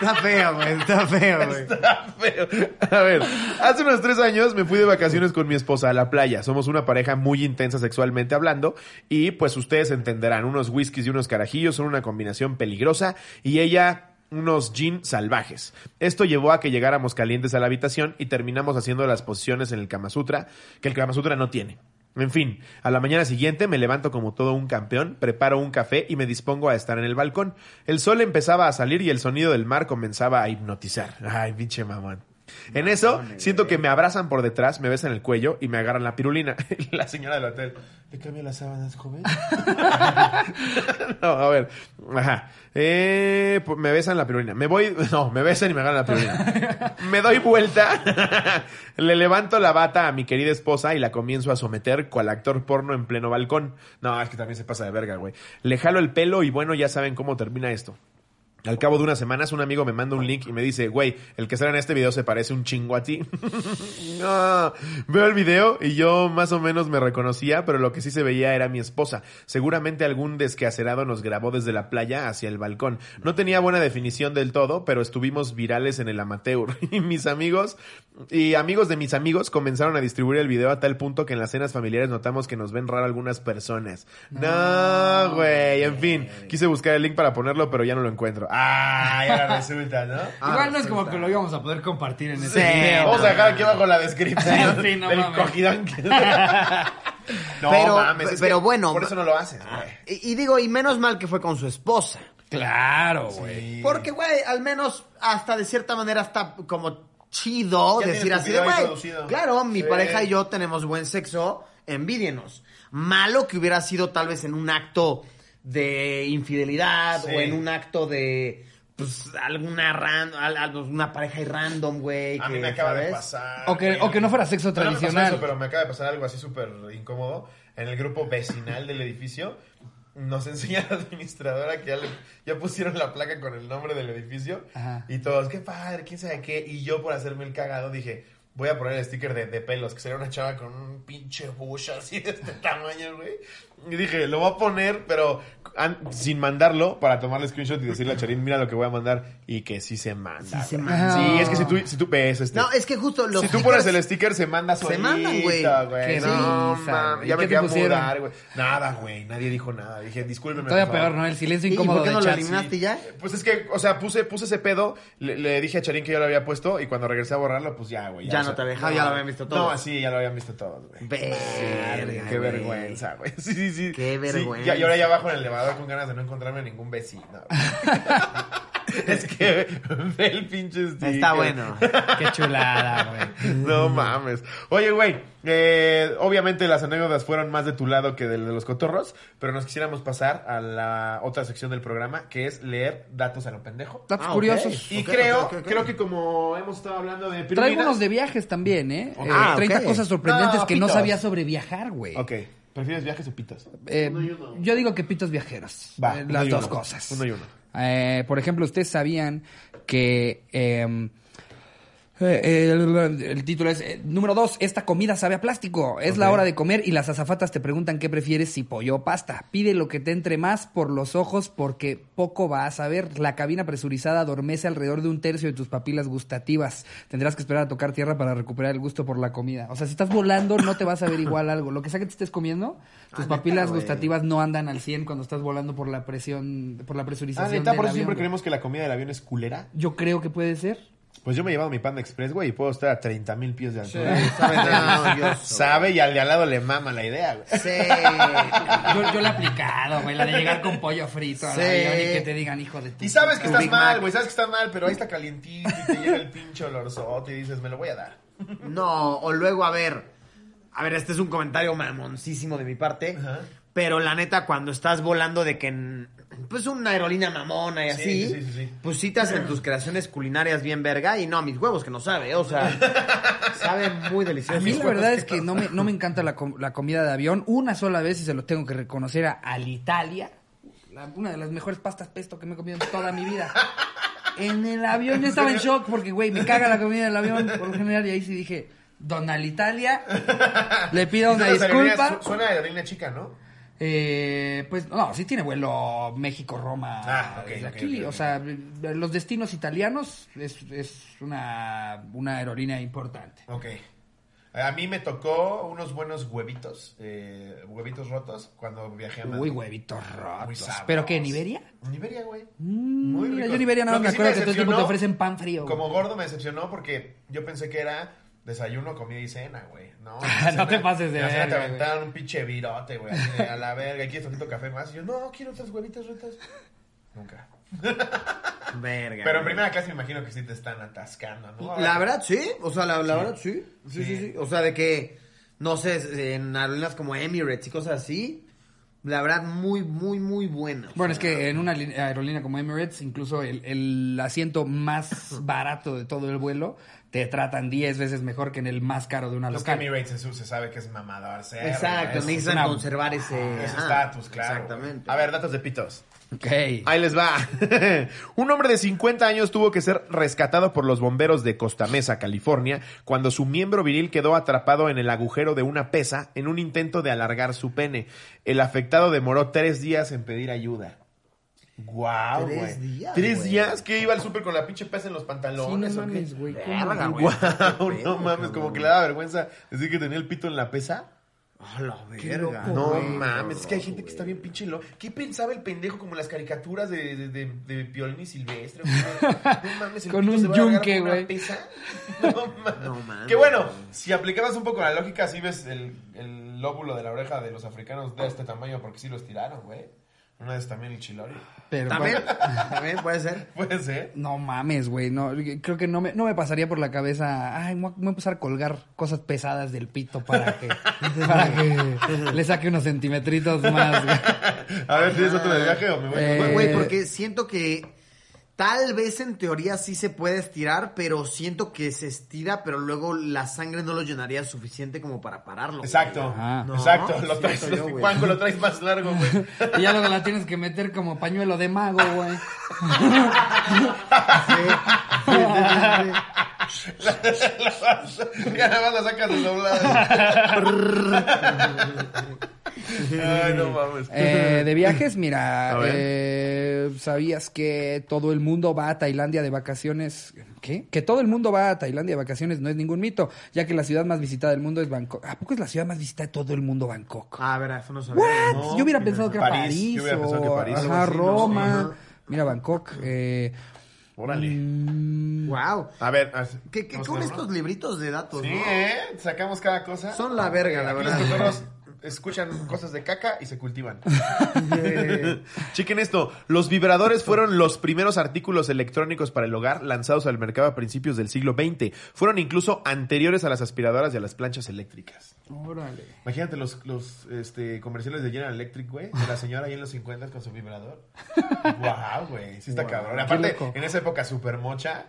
Está feo, güey. Está feo, güey. Está feo. Ah, A ver, hace unos tres años me fui de vacaciones con mi esposa a la playa. Somos una pareja muy intensa sexualmente hablando y pues ustedes entenderán, unos whiskies y unos carajillos son una combinación peligrosa y ella unos jeans salvajes. Esto llevó a que llegáramos calientes a la habitación y terminamos haciendo las posiciones en el Kama Sutra que el Kama Sutra no tiene. En fin, a la mañana siguiente me levanto como todo un campeón, preparo un café y me dispongo a estar en el balcón. El sol empezaba a salir y el sonido del mar comenzaba a hipnotizar. Ay, pinche mamón. En eso, siento que me abrazan por detrás, me besan el cuello y me agarran la pirulina. [laughs] la señora del hotel. ¿Le cambio las sábanas, joven? [laughs] no, a ver. Ajá. Eh, po- me besan la pirulina. Me voy. [laughs] No, me besan y me agarran la pirulina. me doy vuelta. le levanto la bata a mi querida esposa y la comienzo a someter cual actor porno en pleno balcón. No, es que también se pasa de verga, güey. Le jalo el pelo y bueno, ya saben cómo termina esto. Al cabo de unas semanas, un amigo me manda un link y me dice, güey, el que sale en este video se parece un chingo a ti. No. Veo el video y yo más o menos me reconocía, pero lo que sí se veía era mi esposa. Seguramente algún desquacerado nos grabó desde la playa hacia el balcón. No tenía buena definición del todo, pero estuvimos virales en el amateur. [laughs] Y mis amigos y amigos de mis amigos comenzaron a distribuir el video a tal punto que en las cenas familiares notamos que nos ven raro algunas personas. No, güey. En fin, quise buscar el link para ponerlo, pero ya no lo encuentro. Ah, ya resulta, ¿no? Igual Ah, no es como que lo íbamos a poder compartir en Sí. ese video. Vamos a dejar aquí abajo la descripción Sí, no del mames. cogidón [laughs] que- [laughs] No Pero- mames, es pero que bueno, ah. Por eso no lo haces, güey. Y, y digo, y menos mal que fue con su esposa. Claro, güey. Porque, güey, al menos hasta de cierta manera está como chido Ya decir tiene así de, cupidón y güey, seducido". claro, mi Sí. pareja y yo tenemos buen sexo, envidienos. Malo que hubiera sido tal vez en un acto de infidelidad Sí. o en un acto de, pues, alguna ran- al- al- una pareja y random, güey. A mí que, me acaba de ¿sabes? pasar. O que- güey. o que no fuera sexo me pasó tradicional. eso, pero me acaba de pasar algo así súper incómodo. En el grupo vecinal del edificio nos enseña la administradora que ya, le- ya pusieron la placa con el nombre del edificio. Ajá. Y todos, qué padre, quién sabe qué. Y yo por hacerme el cagado dije... Voy a poner el sticker de, de pelos, que sería una chava con un pinche bush así de este tamaño, güey. Y dije, lo voy a poner, pero an- sin mandarlo, para tomarle screenshot y decirle a Charín, mira lo que voy a mandar. Y que sí se manda. Sí se güey. manda. Sí, es que si tú, si tú ves este. No, es que justo los Si tú pones stickers- el sticker, se manda Se solito, mandan, güey. Qué No, risa, mames, güey. ya ¿Qué te me quería pusieron? mudar, güey. Nada, güey, nadie dijo nada. Dije, discúlpeme. Todavía por peor, favor". ¿no? El silencio ¿Y por incómodo qué no de lo chat. eliminaste? ¿Terminaste ya? Pues es que, o sea, puse, puse ese pedo, le, le dije a Charín que yo lo había puesto y cuando regresé a borrarlo, pues ya, güey. Ya o sea, no te dejaba, ya lo habían visto todos. No, sí, ya lo habían visto todos, güey. Verga, Verga, Qué güey. vergüenza, güey. [laughs] Sí, sí, sí. Qué Sí, vergüenza. ya- y ahora ya abajo en el elevador con ganas de no encontrarme a ningún vecino. [laughs] [laughs] güey. es que [laughs] ve el pinche sticker. Está bueno. Qué chulada, [laughs] güey. No mames. Oye, güey, eh, obviamente las anécdotas fueron más de tu lado que del de los cotorros, pero nos quisiéramos pasar a la otra sección del programa, que es leer datos a lo pendejo. Datos Ah, ok. curiosos. Y Ok, creo, ok, ok, ok. creo que como hemos estado hablando de Traigo pirulina- unos de viajes también, ¿eh? Ok. Eh, Ah, ok. 30 cosas sorprendentes No, que no pitos. sabía sobre viajar, güey. Ok, ¿prefieres viajes o pitas? Eh, Uno y uno. yo digo que pitos viajeros. Va, Eh, uno las y dos uno. cosas. Uno y uno. Eh, por ejemplo, ustedes sabían que eh, eh, el, el título es eh, número dos, esta comida sabe a plástico. Es la Ok. hora de comer y las azafatas te preguntan qué prefieres si pollo o pasta. Pide lo que te entre más por los ojos porque poco vas a ver. La cabina presurizada adormece alrededor de un tercio de tus papilas gustativas. Tendrás que esperar a tocar tierra para recuperar el gusto por la comida. O sea, si estás volando no te vas a ver igual algo. Lo que sea que te estés comiendo, tus Ah, papilas neta, güey. gustativas no andan al 100 cuando estás volando por la presión, por la presurización. Ah, neta, del por eso siempre avión, güey. creemos que la comida del avión es culera. Yo creo que puede ser. Pues yo me he llevado mi Panda Express, güey, y puedo estar a 30 mil pies de altura. Sabe [laughs] delicioso. Sabe y al de al lado le mama la idea, güey. Sí. Yo, yo la he aplicado, güey, la de llegar con pollo frito al Sí. avión y que te digan, hijo de tu. Y sabes que Tu estás Big mal, Mac. güey, sabes que está mal, pero ahí está calientito y te llega el pinche olorzote y dices, me lo voy a dar. No, o luego, a ver. A ver, este es un comentario mamoncísimo de mi parte. Ajá. Pero la neta, cuando estás volando de que. en- pues una aerolínea mamona y Sí, así. sí, sí, sí. Pues citas en tus creaciones culinarias bien verga. Y no, a mis huevos que no sabe. O [laughs] sea, sabe muy delicioso. A mí Mis la huevos verdad es que no me, no me encanta la, com- la comida de avión. Una sola vez, y se lo tengo que reconocer, a Alitalia. la- una de las mejores pastas pesto que me he comido en toda mi vida. En el avión yo estaba en shock porque, güey, me caga la comida del avión por lo general. Y ahí sí dije, don Alitalia, le pido [laughs] una Entonces, aerolínea- disculpa. su- Suena a aerolínea chica, ¿no? Eh, pues no, sí tiene vuelo México-Roma. Ah, ok, desde ok, aquí, ok, ok. o sea, los destinos italianos es, es una, una aerolínea importante. Ok. Eh, A mí me tocó unos buenos huevitos, eh, huevitos rotos cuando viajé a Madrid. Uy, huevitos Muy rotos. sabrosos. ¿Pero qué, en Iberia? En Iberia, güey. Mm, Muy mira, ricos. yo en Iberia nada Lo más me sí acuerdo que todo el tiempo te decepcionó, ofrecen pan frío. güey. Como gordo me decepcionó porque yo pensé que era desayuno, comida y cena, güey. No, [laughs] No cena- te pases de en la cena verga, Te aventaron un pinche virote, güey. así de, A la verga, ¿quieres tantito café más? Y yo, no, quiero otras huevitas rotas. Nunca. Verga. Pero en güey. primera clase me imagino que sí te están atascando, ¿no? La verdad, sí. O sea, la, la verdad, sí. Sí. Sí, sí, sí. O sea, de que, no sé, en aerolíneas como Emirates y cosas así, la verdad, muy, muy, muy buena. O Bueno, es sea, que en una li- aerolínea como Emirates, incluso el, el asiento más [laughs] barato de todo el vuelo, te tratan 10 veces mejor que en el más caro de una Los que local. Emirates se, se sabe que es mamador. cerdo, Exacto, es- Ah, necesitan una- conservar ese... Ese ajá, estatus, claro. Exactamente. A ver, datos de pitos. Ok. Ahí les va. [laughs] Un hombre de 50 años tuvo que ser rescatado por los bomberos de Costa Mesa, California, cuando su miembro viril quedó atrapado en el agujero de una pesa en un intento de alargar su pene. El afectado demoró tres días en pedir ayuda. ¡Guau, Tres güey! días, ¿Tres güey. días? ¿Que iba al súper con la pinche pesa en los Sí, no pantalones? o qué? mames, güey. ¿cómo? Verga, güey. ¡Guau! Qué No pedo, mames, como cabrón. que le daba vergüenza decir que tenía el pito en la pesa. A la Qué verga. loco, Ah, No güey. mames, es que hay gente que está bien pinche loca. ¿Qué pensaba el pendejo como en las caricaturas de, de, de, de Piolín y Silvestre? güey? No mames, el Con pito un se va a alargar yunque, con una güey. [laughs] pesa. No mames. No mames. Que bueno, si aplicabas un poco la lógica, sí ves el, el lóbulo de la oreja de los africanos de este tamaño porque sí los tiraron, güey. Una vez también el Chilori. [laughs] Pero También, bueno, también puede ser. Puede ser. no mames, güey. No, creo que no me, no me pasaría por la cabeza. Ay, me voy a- me voy a empezar a colgar cosas pesadas del pito para [laughs] que, para que le saque unos centimetritos más. güey. A ver, ¿tienes otro de viaje o me voy? Eh, Bueno, Güey, porque siento que tal vez en teoría sí se puede estirar, pero siento que se estira, pero luego la sangre no lo llenaría suficiente como para pararlo. güey. Exacto, Ajá. No, exacto. sí, Lo traes, siento yo, güey. Juanjo, lo traes más largo, güey. Y ya luego la tienes que meter como pañuelo de mago, güey. Sí, sí, sí, sí, sí. [laughs] Ya nada más la sacas doblada. Ay, no mames. Eh, de viajes, mira, A ver. eh, ¿sabías que todo el mundo va a Tailandia de vacaciones? ¿Qué? Que todo el mundo va a Tailandia de vacaciones no es ningún mito, ya que la ciudad más visitada del mundo es Bangkok. ¿A poco es la ciudad más visitada de todo el mundo Bangkok? Ah, verá, eso no sabía. ¿What? no, yo hubiera mira, pensado que era París, París, yo hubiera pensado que o París, ajá, algo así, ¿no? Roma. Ajá. Mira, Bangkok. eh, Órale. mm, Wow. A ver, haz- ¿Qué, qué ¿Vamos con a estos libritos de datos, Sí, no? ¿eh? Sacamos cada cosa. Son la verga, la Aquí verdad. Los cotorros escuchan cosas de caca y se [laughs] cultivan. Chequen esto. Los vibradores fueron los primeros artículos electrónicos para el hogar lanzados al mercado a principios del siglo XX. Fueron incluso anteriores a las aspiradoras y a las planchas eléctricas. órale. Imagínate los, los este, comerciales de General Electric, güey. De la señora ahí en los 50 con su vibrador. wow, güey. Sí está Guau, cabrón. qué Aparte, loco. en esa época super mocha,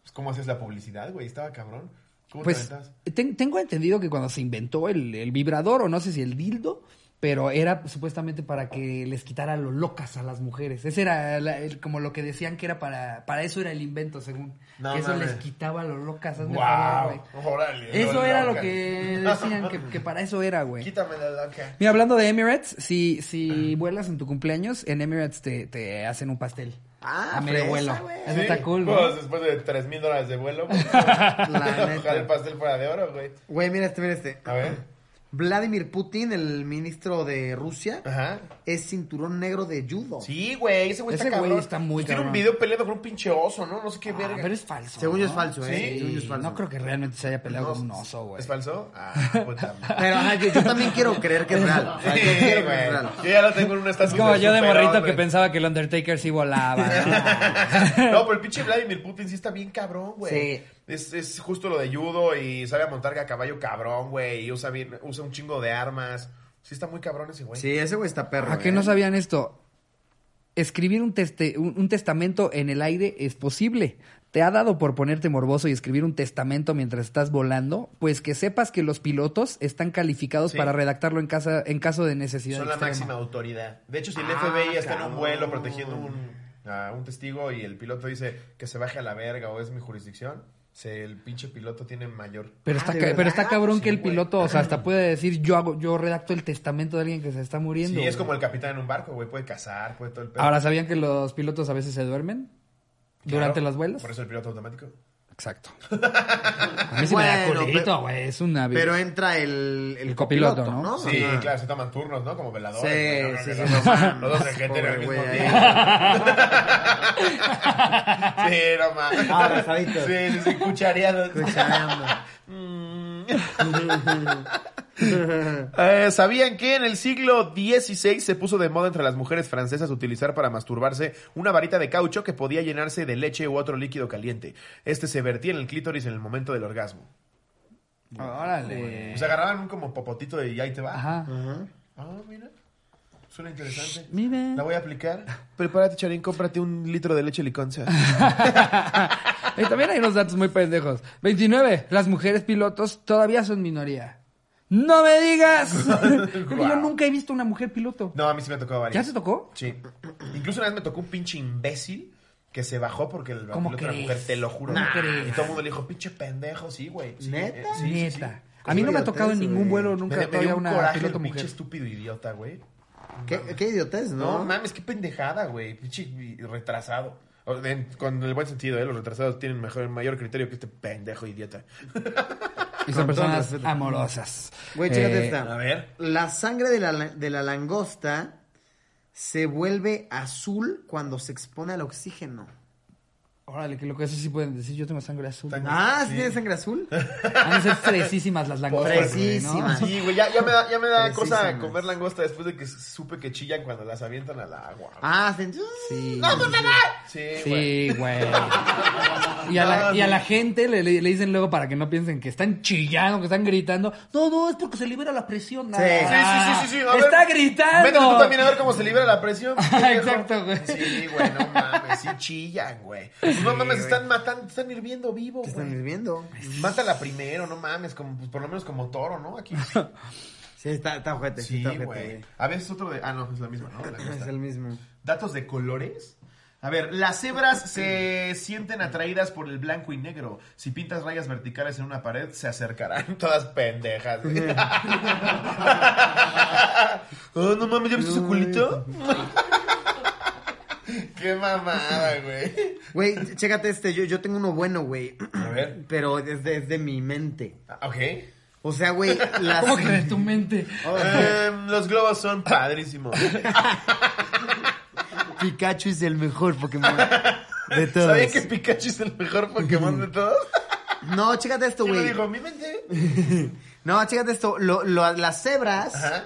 pues, ¿cómo hacías la publicidad, güey? Estaba cabrón. ¿Cómo te Pues aventabas? ten- tengo entendido que cuando se inventó el, el vibrador, o no sé si el dildo, pero era supuestamente para que les quitara lo locas a las mujeres. Ese era la- el- como lo que decían que era para, para eso era el invento, según. No que eso mames. les quitaba lo locas. hazme ¡Guau! favor, güey. ¡Órale! Eso lo era lo loca. [laughs] que decían, que, que para eso era, güey. Quítame la loca. Mira, hablando de Emirates, si, si Ah. vuelas en tu cumpleaños, en Emirates te, te hacen un pastel. Ah, a medio fresa, vuelo. güey. Eso Sí, está cool, ¿no? pues, después de 3 mil dólares de [laughs] vuelo, pues, [laughs] La ojalá el neta. pastel fuera de oro, güey. Güey, mira este, mira este. A ver. Vladimir Putin, el ministro de Rusia, Ajá. es cinturón negro de judo. Sí, güey, ese güey está Ese güey cabrón. está muy Pues Tiene un cabrón. video peleando con un pinche oso, ¿no? No sé qué Ah, verga. pero es falso. Según yo es ¿no? falso, ¿eh? Sí, Según yo es falso. No creo que realmente se haya peleado No, con un oso, güey. ¿Es falso? [laughs] Ah, puta madre. Pero ajá, yo, yo también quiero creer que es real. O sea, [laughs] yo Sí, quiero güey. creer que es real. Yo ya lo tengo en una estación. Es como yo de superhéroe. morrito que pensaba que el Undertaker sí volaba. No, pero el pinche Vladimir Putin sí está bien cabrón, güey. Sí. Es, es justo lo de judo y sabe a montar a caballo cabrón, güey. Y usa, bien, usa un chingo de armas. Sí está muy cabrón ese güey. Sí, ese güey está perro. ¿A qué eh? no sabían esto? Escribir un, teste- un- un testamento en el aire es posible. ¿Te ha dado por ponerte morboso y escribir un testamento mientras estás volando? Pues que sepas que los pilotos están calificados Sí. para redactarlo en, casa, en caso de necesidad. Son la extrema. máxima autoridad. De hecho, si el Ah, FBI está en cabrón. un vuelo protegiendo un, a un testigo y el piloto dice que se baje a la verga o es mi jurisdicción, se- el pinche piloto tiene mayor. Pero, Ah, está, ¿de ca- pero está verdad? cabrón Sí, que el güey. piloto, o sea, hasta puede decir, yo hago, yo redacto el testamento de alguien que se está muriendo. Sí, es güey. como el capitán en un barco, güey. Puede cazar, puede todo el pedo. Ahora, ¿sabían que los pilotos a veces se duermen Claro, durante los vuelos? Por eso el piloto automático. [laughs] Exacto. A mí sí me da Bueno, culito, pero- güey. Es un avión. Pero entra el, el El copiloto, copiloto, ¿no? ¿no? Sí, Ajá. claro, se toman turnos, ¿no? Como veladores. Ah, Sí, güey, no, no, sí, que sí, los no dos- mames, Los dos se gente al pobre mismo güey, tiempo. sí, no mames. Ah, Abrazaditos. Sí, sí, sí, cuchareados. Cuchareando. [laughs] Eh, ¿Sabían que en el siglo XVI se puso de moda entre las mujeres francesas utilizar para masturbarse una varita de caucho que podía llenarse de leche u otro líquido caliente? Este se vertía en el clítoris en el momento del orgasmo. Órale. O sea, agarraban un como popotito de y ahí te va. Ajá. Ajá. Ah, mira. Suena interesante. Mira. La voy a aplicar. Prepárate, Charín, cómprate un litro de leche liconza. Y también hay unos datos muy pendejos. 29. Las mujeres pilotos todavía son minoría. ¡No me [laughs] digas! Creo que Yo Guau. nunca he visto una mujer piloto. No, a mí sí me tocó varias. ¿Ya te tocó? Sí. Incluso una vez me tocó un pinche imbécil que se bajó porque el ¿Cómo la otra crees? mujer, te lo juro. ¿Cómo Nah. crees? Y todo el mundo le dijo, pinche pendejo, sí, güey. Sí, ¿Neta? eh, sí, sí, sí. Neta. A mí no me ha Qué tocado en idiotez, ningún güey. vuelo Me- nunca me, dio todavía un una coraje piloto el pinche mujer. estúpido idiota, güey. ¿Qué, qué idiotez, No, ¿no? mames, qué pendejada, güey. Pinche retrasado. O- en- con el buen sentido, ¿eh? Los retrasados tienen mejor, mayor criterio que este pendejo idiota. Y son Con todo personas respeto. amorosas. Güey, chécate Eh, A esta. ver. La sangre de la, de la langosta se vuelve azul cuando se expone al oxígeno. Órale, que lo que eso sí pueden decir, yo tengo sangre azul. Tan- güey. Ah, ¿sí Sí. ¿tiene [laughs] sangre azul? Han de ser fresísimas las langostas, güey, ¿no? Fresísimas. Sí, güey, ya, ya me da, ya me da cosa Precisamente. comer langosta después de que supe que chillan cuando las avientan al agua. Ah, sí. Sí. Sí, pues, güey. Sí, güey. Y a la, y a la gente le, le- le dicen luego para que no piensen que están chillando, que están gritando. No, no, es porque se libera la presión. Sí, Sí, Ah, sí, sí, sí, sí. a ver, está gritando. Vete tú también a ver cómo se libera la presión. pendejo. Exacto, güey. Sí, güey, no mames, sí chillan, güey. Pues no mames, están matando, están hirviendo vivo, Te están güey. hirviendo. Mátala primero, no mames, como, pues, por lo menos como toro, ¿no? Aquí. Sí, está, está ojete, sí, Sí, está ojete, güey. güey. A veces otro de. Ah, no, es la misma, ¿no? La Es costa. el mismo. Datos de colores. A ver, las [clears throat] cebras se sienten atraídas por el blanco y negro. Si pintas rayas verticales en una pared, se acercarán. [laughs] Todas pendejas. güey. [laughs] oh, no mames, ¿ya viste su culito? [laughs] Qué mamada, güey. Güey, ch- chécate este, yo, yo tengo uno bueno, güey. [clears throat] A ver. Pero es de, es de mi mente. Ah, Ok. O sea, güey, [laughs] las... ¿Cómo que de tu mente? Oh, Em, los globos son padrísimos. Pikachu es el mejor Pokémon [laughs] [laughs] de todos. ¿Sabían que Pikachu es el mejor Pokémon de todos? [laughs] No, chécate esto, Y me güey. dijo, mi mente. No, chécate esto. Lo- lo- las cebras Ajá.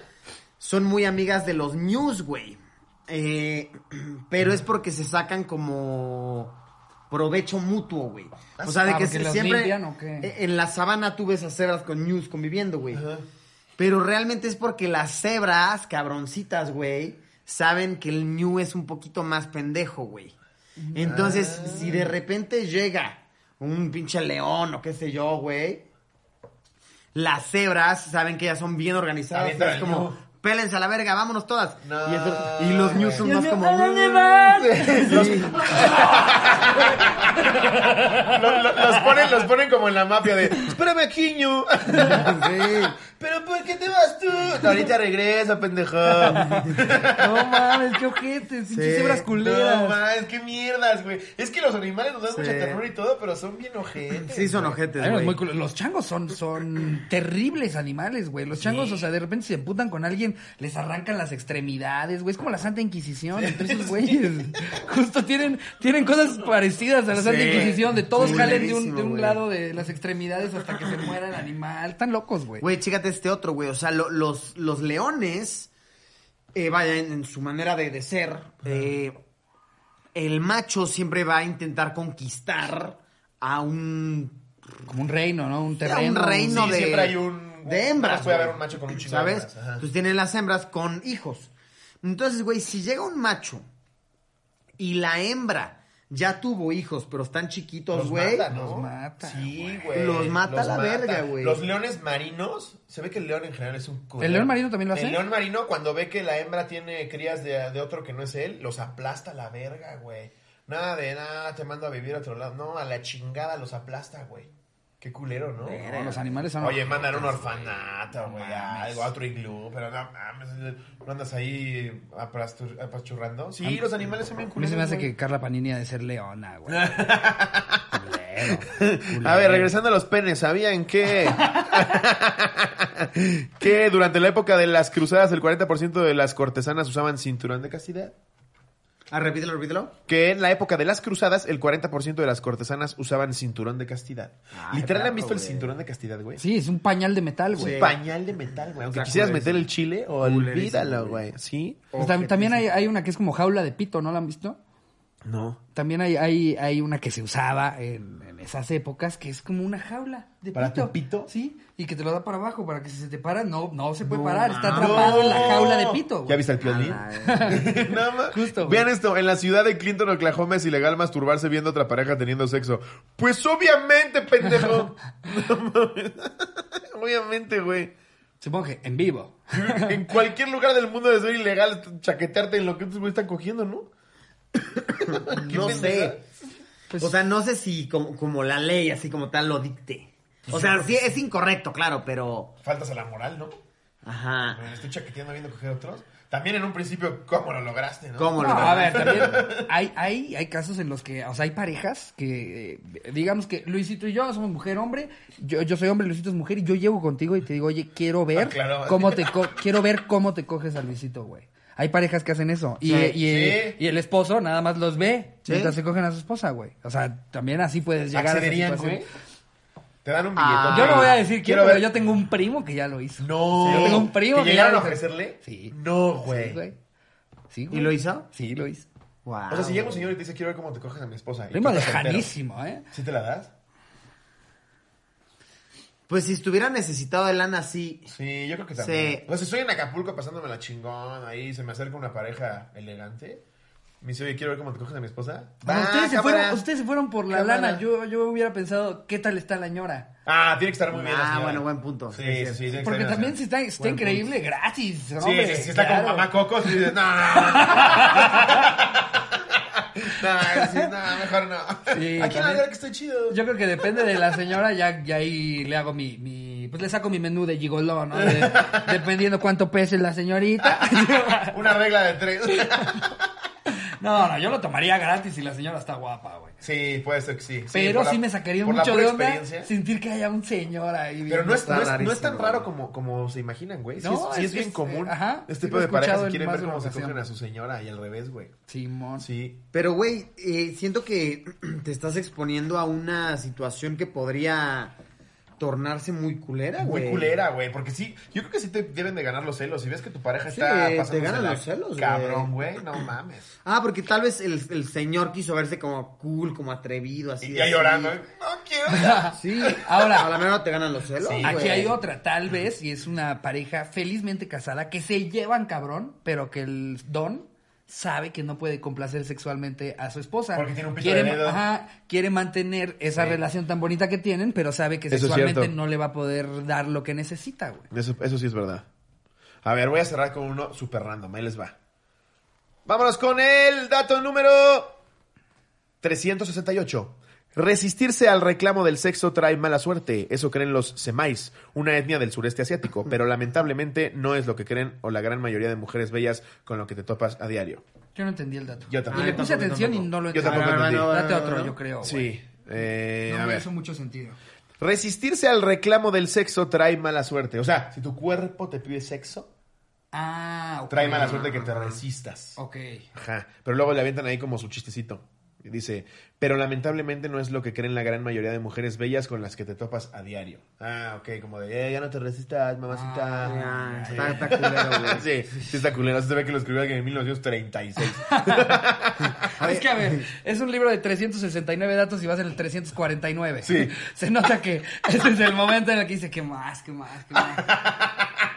son muy amigas de los news, güey. Eh, [clears throat] pero es porque se sacan como provecho mutuo, güey. O sea, de Ah, que ¿porque se- los siempre limpian o qué? eh, en la sabana tú ves a cebras con news conviviendo, güey. Ajá. Pero realmente es porque las cebras, cabroncitas, güey, saben que el ñu es un poquito más pendejo, güey. Entonces, Ah. si de repente llega un pinche león o qué sé yo, güey, las cebras saben que ellas son bien organizadas. Avientan es al como, ñu. pélense a la verga, vámonos todas. No, y, eso- y los ñu son Dios más mío, como... ¿a dónde vas? Sí. Lo- lo- los, ponen, los ponen como en la mafia de Espérame aquí, ñu. Pero ¿por qué te vas tú? Ahorita regreso, pendejo. No mames, qué ojetes, pinches Sí, cebras No culeras. mames, qué mierdas, güey. Es que los animales nos dan Sí. mucha ternura y todo, pero son bien ojetes. Sí, son güey. ojetes, Hay unos güey. muy culeros. los changos son, son terribles animales, güey. Los changos, o sea, de repente se emputan con alguien, les arrancan las extremidades, güey. Es como la Santa Inquisición, entre [laughs] esos güeyes. Justo tienen, tienen cosas parecidas a la Santa Sí. Inquisición, de todos Sí, jalen de un, de un güey. lado de las extremidades hasta que se muera el animal. Están locos, güey. Güey, chécate este otro, güey. O sea, lo- los, los leones, eh, vaya, en, en su manera de, de ser, eh, el macho siempre va a intentar conquistar a un, Como un reino, ¿no? Un a terreno. un reino sí, de, siempre hay un- de hembras. puede güey. haber un macho con un chingo de ¿Sabes? hembras, ajá. Entonces tienen las hembras con hijos. Entonces, güey, si llega un macho y la hembra ya tuvo hijos, pero están chiquitos, Los güey. mata, ¿no? Los mata, Sí, güey. güey. Los mata la verga, güey. Los leones marinos, se ve que el león en general es un culero. ¿El león marino también lo hace? El león marino, cuando ve que la hembra tiene crías de, de otro que no es él, los aplasta a la verga, güey. Nada de nada, te mando a vivir a otro lado. No, a la chingada los aplasta, güey. Qué culero, ¿no? Verga, los animales son Oye, ojetes, mandar un orfanato, güey, a algo a otro iglú, pero no mames, no andas ahí apastur- apachurrando. Sí, los animales son bien A mí culeros. se me hace güey. que Carla Panini ha de ser leona, [laughs] güey. Culero, culero. A ver, regresando a los penes, ¿sabían que, [laughs] que durante la época de las cruzadas el 40% de las cortesanas usaban cinturón de castidad? Ah, repítelo, repítelo. Que en la época de las cruzadas el 40% de las cortesanas usaban cinturón de castidad. Ay, Literal, perro, ¿han visto el güey. cinturón de castidad, güey? Sí, es un pañal de metal, güey. Sí. Pañal de metal, güey. Aunque Está quisieras culerísimo. meter el chile, Culerísimo, olvídalo, güey. ¿Sí? Pues tam- también hay, hay una que es como jaula de pito, ¿no la han visto? No. También hay, hay, hay una que se usaba en, en esas épocas que es como una jaula de ¿Para pito. tu pito? Sí, y que te lo da para abajo para que si se te para, no, no se puede No, parar, está mames. atrapado en la jaula de pito. güey. Ah, ¿Ya viste al piolín? [laughs] A la No, ma- Justo, güey. Vean esto, en la ciudad de Clinton, Oklahoma, es ilegal masturbarse viendo a otra pareja teniendo sexo. Pues obviamente, [laughs] pendejo. No mames. [laughs] obviamente, güey. Supongo que en vivo. En cualquier lugar del mundo debe ser ilegal chaquetearte en lo que estos güeyes están cogiendo, ¿no? Qué No pendeja. sé. o sea, no sé si como, como la ley, así como tal, lo dicte. Pues O sea, sí es incorrecto, claro, pero... Faltas a la moral, ¿no? Ajá. Me estoy chaqueteando viendo coger a otros. También en un principio, ¿cómo lo lograste, no? ¿Cómo No, lo a ver, también [laughs] hay, hay, hay casos en los que, o sea, hay parejas que, eh, digamos que Luisito y yo somos mujer-hombre, yo, yo soy hombre, Luisito es mujer, y yo llego contigo y te digo, oye, quiero ver Ah, claro. [laughs] cómo te co- quiero ver cómo te coges a Luisito, güey. Hay parejas que hacen eso. Y, eh, Sí. y el, Sí. y el esposo nada más los ve Sí. mientras se cogen a su esposa, güey. O sea, también así puedes llegar a esa ¿Accederían, situación. güey? Te dan un Ah. billetón. Yo no voy a decir quién, Quiero pero ver- yo tengo un primo que ya lo hizo. No. Sí, yo tengo un primo ¿Que que llegaron ya a lo- ofrecerle? Sí. No, Sí, güey. güey. Sí, güey. ¿Y lo hizo? Sí, lo hizo. Wow. o sea, si llega un señor y te dice, quiero ver cómo te coges a mi esposa. y Primo tú estás entero, lejanísimo, ¿eh? ¿Sí te la das? Pues si estuviera necesitado de lana, sí. Sí, yo creo que también. Sí. O sea, si estoy en Acapulco pasándome la chingón, ahí se me acerca una pareja elegante. Me dice, oye, quiero ver cómo te coges a mi esposa. Bueno, Va, ustedes, se Ah, cámara. fueron, ustedes se fueron por la Cámara. lana. Yo, yo hubiera pensado, ¿qué tal está la ñora? Ah, tiene que estar muy bien. la Ah, señora. bueno, buen punto. Sí, sí, Sí, sí. sí. tiene que Porque estar bien también si la está, está Buen punto. increíble gratis. señora. hombre, Sí, sí, sí, está claro. como mamá cocos y dices, no. [laughs] no, dices, no, mejor no. Sí, Aquí no también. ver que estoy chido. Yo creo que depende de la señora, ya, ya ahí le hago mi, mi- Pues le saco mi menú de gigoló, ¿no? De- dependiendo cuánto pese la [laughs] señorita. Una regla de tres. [laughs] No, no, yo lo tomaría gratis si la señora está guapa, güey. Sí, puede ser que sí. Sí, Pero por la- sí me sacaría por la mucho pura de onda experiencia. sentir que haya un señor ahí. Pero no es, Está no, es, no es rarísimo, tan raro güey. como, como se imaginan, güey. Sí, No, es, sí es- es bien es, común. eh, ajá. este Sí tipo lo he de parejas escuchado que en quieren más ver de una cómo se ocasión. cogen a su señora y al revés, güey. Simón. Sí. Pero, güey, eh, siento que [clears throat] te estás exponiendo a una situación que podría tornarse muy culera, güey. Muy culera, güey. Porque sí, yo creo que sí te deben de ganar los celos. Si ves que tu pareja está Sí, pasando. te ganan los celos, güey. Cabrón, güey. No mames. Ah, porque tal vez el, el señor quiso verse como cool, como atrevido, así. Y ya así. llorando. ¿eh? No [laughs] quiero. Sí. [laughs] Ahora- A la mejor te ganan los celos, Sí, Aquí güey. hay otra, tal vez, y es una pareja felizmente casada que se llevan cabrón, pero que el don sabe que no puede complacer sexualmente a su esposa. Porque tiene un pito quiere, de dedo. ajá, quiere mantener esa relación tan bonita que tienen, pero sabe que Eso es sexualmente cierto. no le va a poder dar lo que necesita, güey. Eso, eso sí es verdad. A ver, voy a cerrar con uno super random. Ahí les va. Vámonos con el dato número 368. Resistirse al reclamo del sexo trae mala suerte. Eso creen los semais, una etnia del sureste asiático. [laughs] Pero lamentablemente no es lo que creen o la gran mayoría de mujeres bellas con lo que te topas a diario. Yo no entendí el dato. Yo Y tampoco. le Ah, yo puse tampoco, atención tampoco. y no lo Yo entendí. tampoco Ah, entendí. bueno, bueno, Date otro, bueno. yo creo. güey. Sí. eh, No a me ver. hizo mucho sentido. Resistirse al reclamo del sexo trae mala suerte. O sea, si tu cuerpo te pide sexo, Ah, ok. trae mala suerte que te resistas. Ok. Ajá. Pero luego le avientan ahí como su chistecito. Y dice, pero lamentablemente no es lo que creen la gran mayoría de mujeres bellas con las que te topas a diario. Ah, ok, como de, eh, ya no te resistas, mamacita. Ah, Sí. está, está culero, [laughs] güey. Sí, sí está culero. Se ve que lo escribió alguien en 1936. [laughs] es que, a ver, es un libro de 369 datos y vas en el 349. Sí. [laughs] Se nota que ese es el momento en el que dice, ¿qué más, qué más, qué más?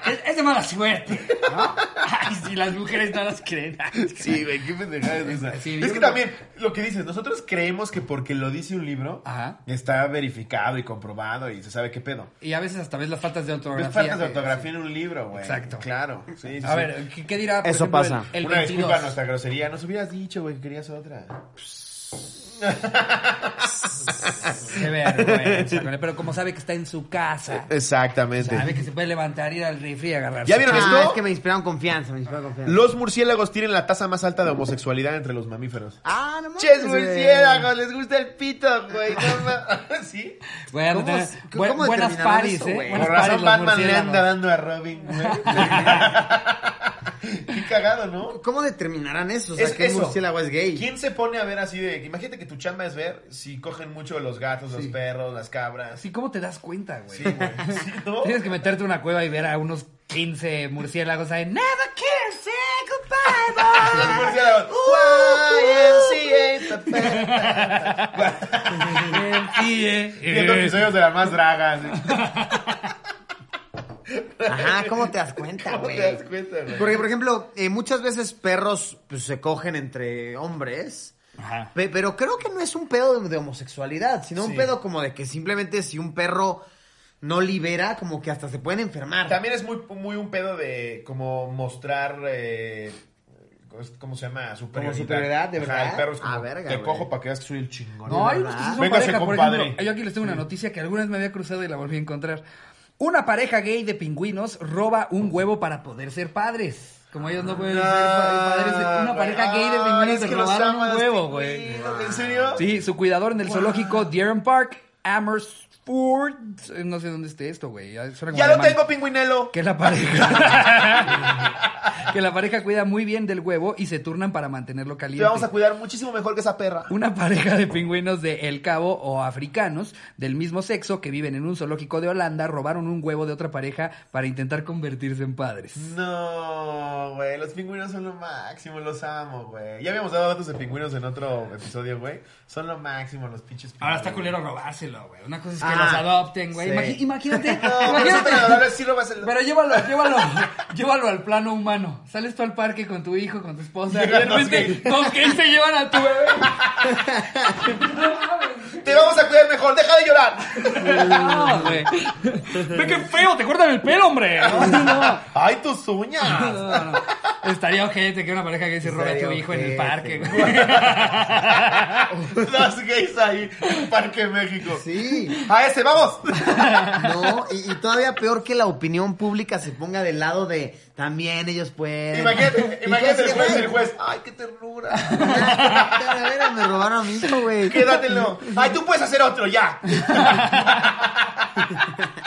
Es, es de mala suerte, ¿no? Ay, si las mujeres no las creen. Ay, Sí, güey, qué pendejada es esa. Sí, es yo que creo- también, lo que dices, nosotros creemos que porque lo dice un libro, Ajá. está verificado y comprobado y se sabe qué pedo. Y a veces hasta ves las faltas de ortografía. Ves faltas de que- ortografía en un libro, güey. Exacto. Claro. Sí, sí, A sí. ver, ¿qué, qué dirá, por Eso ejemplo, pasa. el, el Una 22? disculpa a nuestra grosería. Nos hubieras dicho, güey, que querías otra. Qué vergüenza, güey. Pero como sabe que está en su casa, sabe Exactamente. que se puede levantar, ir al rifle y agarrar. ¿Ya vieron Ah, esto? es que me inspiraron confianza, me inspiraron confianza. Los murciélagos tienen la tasa más alta de homosexualidad entre los mamíferos. Ah, no mames. ¡Ches güey. murciélagos! ¡Les gusta el pito, güey! No ma- [laughs] ¿Sí? Bueno, ¿Cómo- tener- cómo buen- buenas determinaron paris, eso, ¿eh? güey? Buenas Por paris los razón Batman le murciélagos. anda dando a Robin, güey. Qué cagado, ¿no? ¿Cómo determinarán eso? O sea, Es que el eso. murciélago es gay. ¿Quién se pone a ver así de... Imagínate que tu chamba es ver si cogen mucho los gatos, los Sí. perros, las cabras. Sí, ¿cómo te das cuenta, güey? Sí, güey. [laughs] Sí, ¿no? Tienes que meterte a una cueva y ver a unos 15 murciélagos ahí. Never kiss, say goodbye, [laughs] Ah, Los boy. murciélagos. YMCA, papá. Bien, sí, eh. Viendo episodios de las más dragas. Ajá, ¿cómo [laughs] te das cuenta, ¿Cómo güey? te das cuenta, güey? Porque, por ejemplo, eh, muchas veces perros pues, se cogen entre hombres. Ajá. Pe- pero creo que no es un pedo de, de homosexualidad, sino Sí. un pedo como de que simplemente si un perro no libera, como que hasta se pueden enfermar. También es muy, muy un pedo de como mostrar. eh, ¿Cómo se llama? Superioridad. superioridad, ¿de Ajá, verdad? el perro es como, Ah, verga, te güey. cojo para que veas que soy el chingón. No, hay ¿verdad? unos que sí son Véngase, pareja, por compadre. ejemplo. Yo aquí les tengo una noticia que alguna vez me había cruzado y la volví a encontrar. Una pareja gay de pingüinos roba un huevo para poder ser padres. Como ellos no pueden ser pa- padres, de- una pareja gay de Ay, pingüinos Ah, es se que los robaron amas, un huevo, güey. pingüinos, ¿En serio? Sí, su cuidador en el zoológico Deeren Park Amersfoort. No sé dónde esté esto, güey. Ya suena como Ya lo alemán. tengo, pingüinelo. Que la pareja. [laughs] que la pareja cuida muy bien del huevo y se turnan para mantenerlo Te caliente. vamos a cuidar muchísimo mejor que esa perra. Una pareja de pingüinos de El Cabo o africanos del mismo sexo que viven en un zoológico de Holanda robaron un huevo de otra pareja para intentar convertirse en padres. No, güey, los pingüinos son lo máximo, los amo, güey. Ya habíamos dado datos de pingüinos en otro episodio, güey. Son lo máximo los pinches pingüinos. Ahora está culero robárselo, güey. Una cosa es que Ah, los adopten, güey. sí. Imagi- Imagínate. [laughs] No, pero imagínate. siempre lo adoro, sí lo vas a [laughs] Pero llévalo, llévalo, llévalo al plano humano. Sales tú al parque con tu hijo, con tu esposa, y de [laughs] Llegan los repente los gays se llevan a tu bebé. Te vamos a cuidar mejor, deja de llorar. No, güey. Ve qué feo, te cortan el pelo, hombre. [laughs] No, no. [laughs] Ay, tus uñas. [laughs] No, no. Estaría ojete que una pareja que se robe a tu Estaría hijo en el ojete, parque, güey. Los gays ahí en Parque México. Sí. A ese, [laughs] vamos. No, y, y todavía peor que la opinión pública se ponga del lado de también ellos pueden. Imagínate, [laughs] Y imagínate yo el así de, juez, "Güey, el juez. Ay, qué ternura. ya, calavera, me robaron a mi hijo, güey. Quédatelo. Ay, tú puedes hacer otro, ya. [laughs]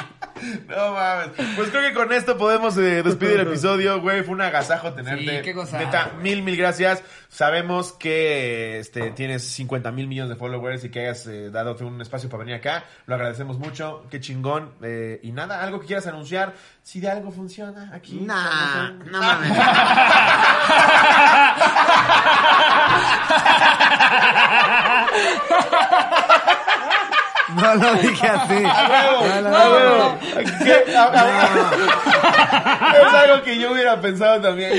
No mames. Pues creo que con esto podemos eh, despedir el episodio, güey. Fue un agasajo tenerte. Sí, qué gozada. Neta, mil, mil gracias. Sabemos que este, tienes 50 mil millones de followers y que hayas eh, dado un espacio para venir acá. Lo agradecemos mucho. Qué chingón. Eh, y nada, algo que quieras anunciar. Si de algo funciona aquí. Nah, Con- no Ah, mames. No lo dije así. Ah, huevo, No, a no, huevo. no. ¿Qué? A- a- [laughs] Es algo que yo hubiera pensado también.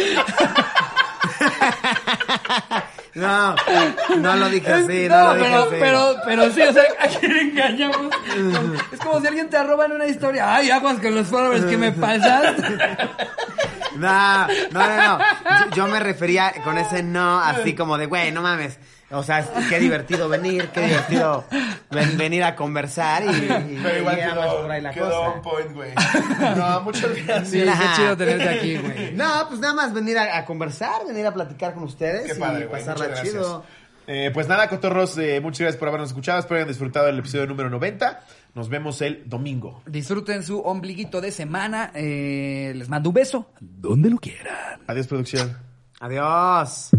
No, no lo dije así, [laughs] No, no, lo dije pero, así. pero, pero sí, o sea, ¿a quién engañamos? Es como si alguien te arroba en una historia. Ay, aguas con los followers que me pasas. No, no, no, no. Yo, yo me refería con ese no, así como de, güey, no mames. O sea, es- qué divertido venir, qué divertido ven- venir a conversar y, y- Pero igual y ya más por ahí quedó, la quedó cosa. un point, güey. No, muchas gracias. Sí, qué Nah. chido tenerte aquí, güey. No, pues nada más venir a, a conversar, venir a platicar con ustedes Qué y padre, güey. pasarla Muchas chido. gracias. Eh, pues nada, cotorros, eh, muchas gracias por habernos escuchado. Espero hayan disfrutado del episodio número 90. Nos vemos el domingo. Disfruten su ombliguito de semana. Eh, les mando un beso. Donde lo quieran. Adiós, producción. Adiós.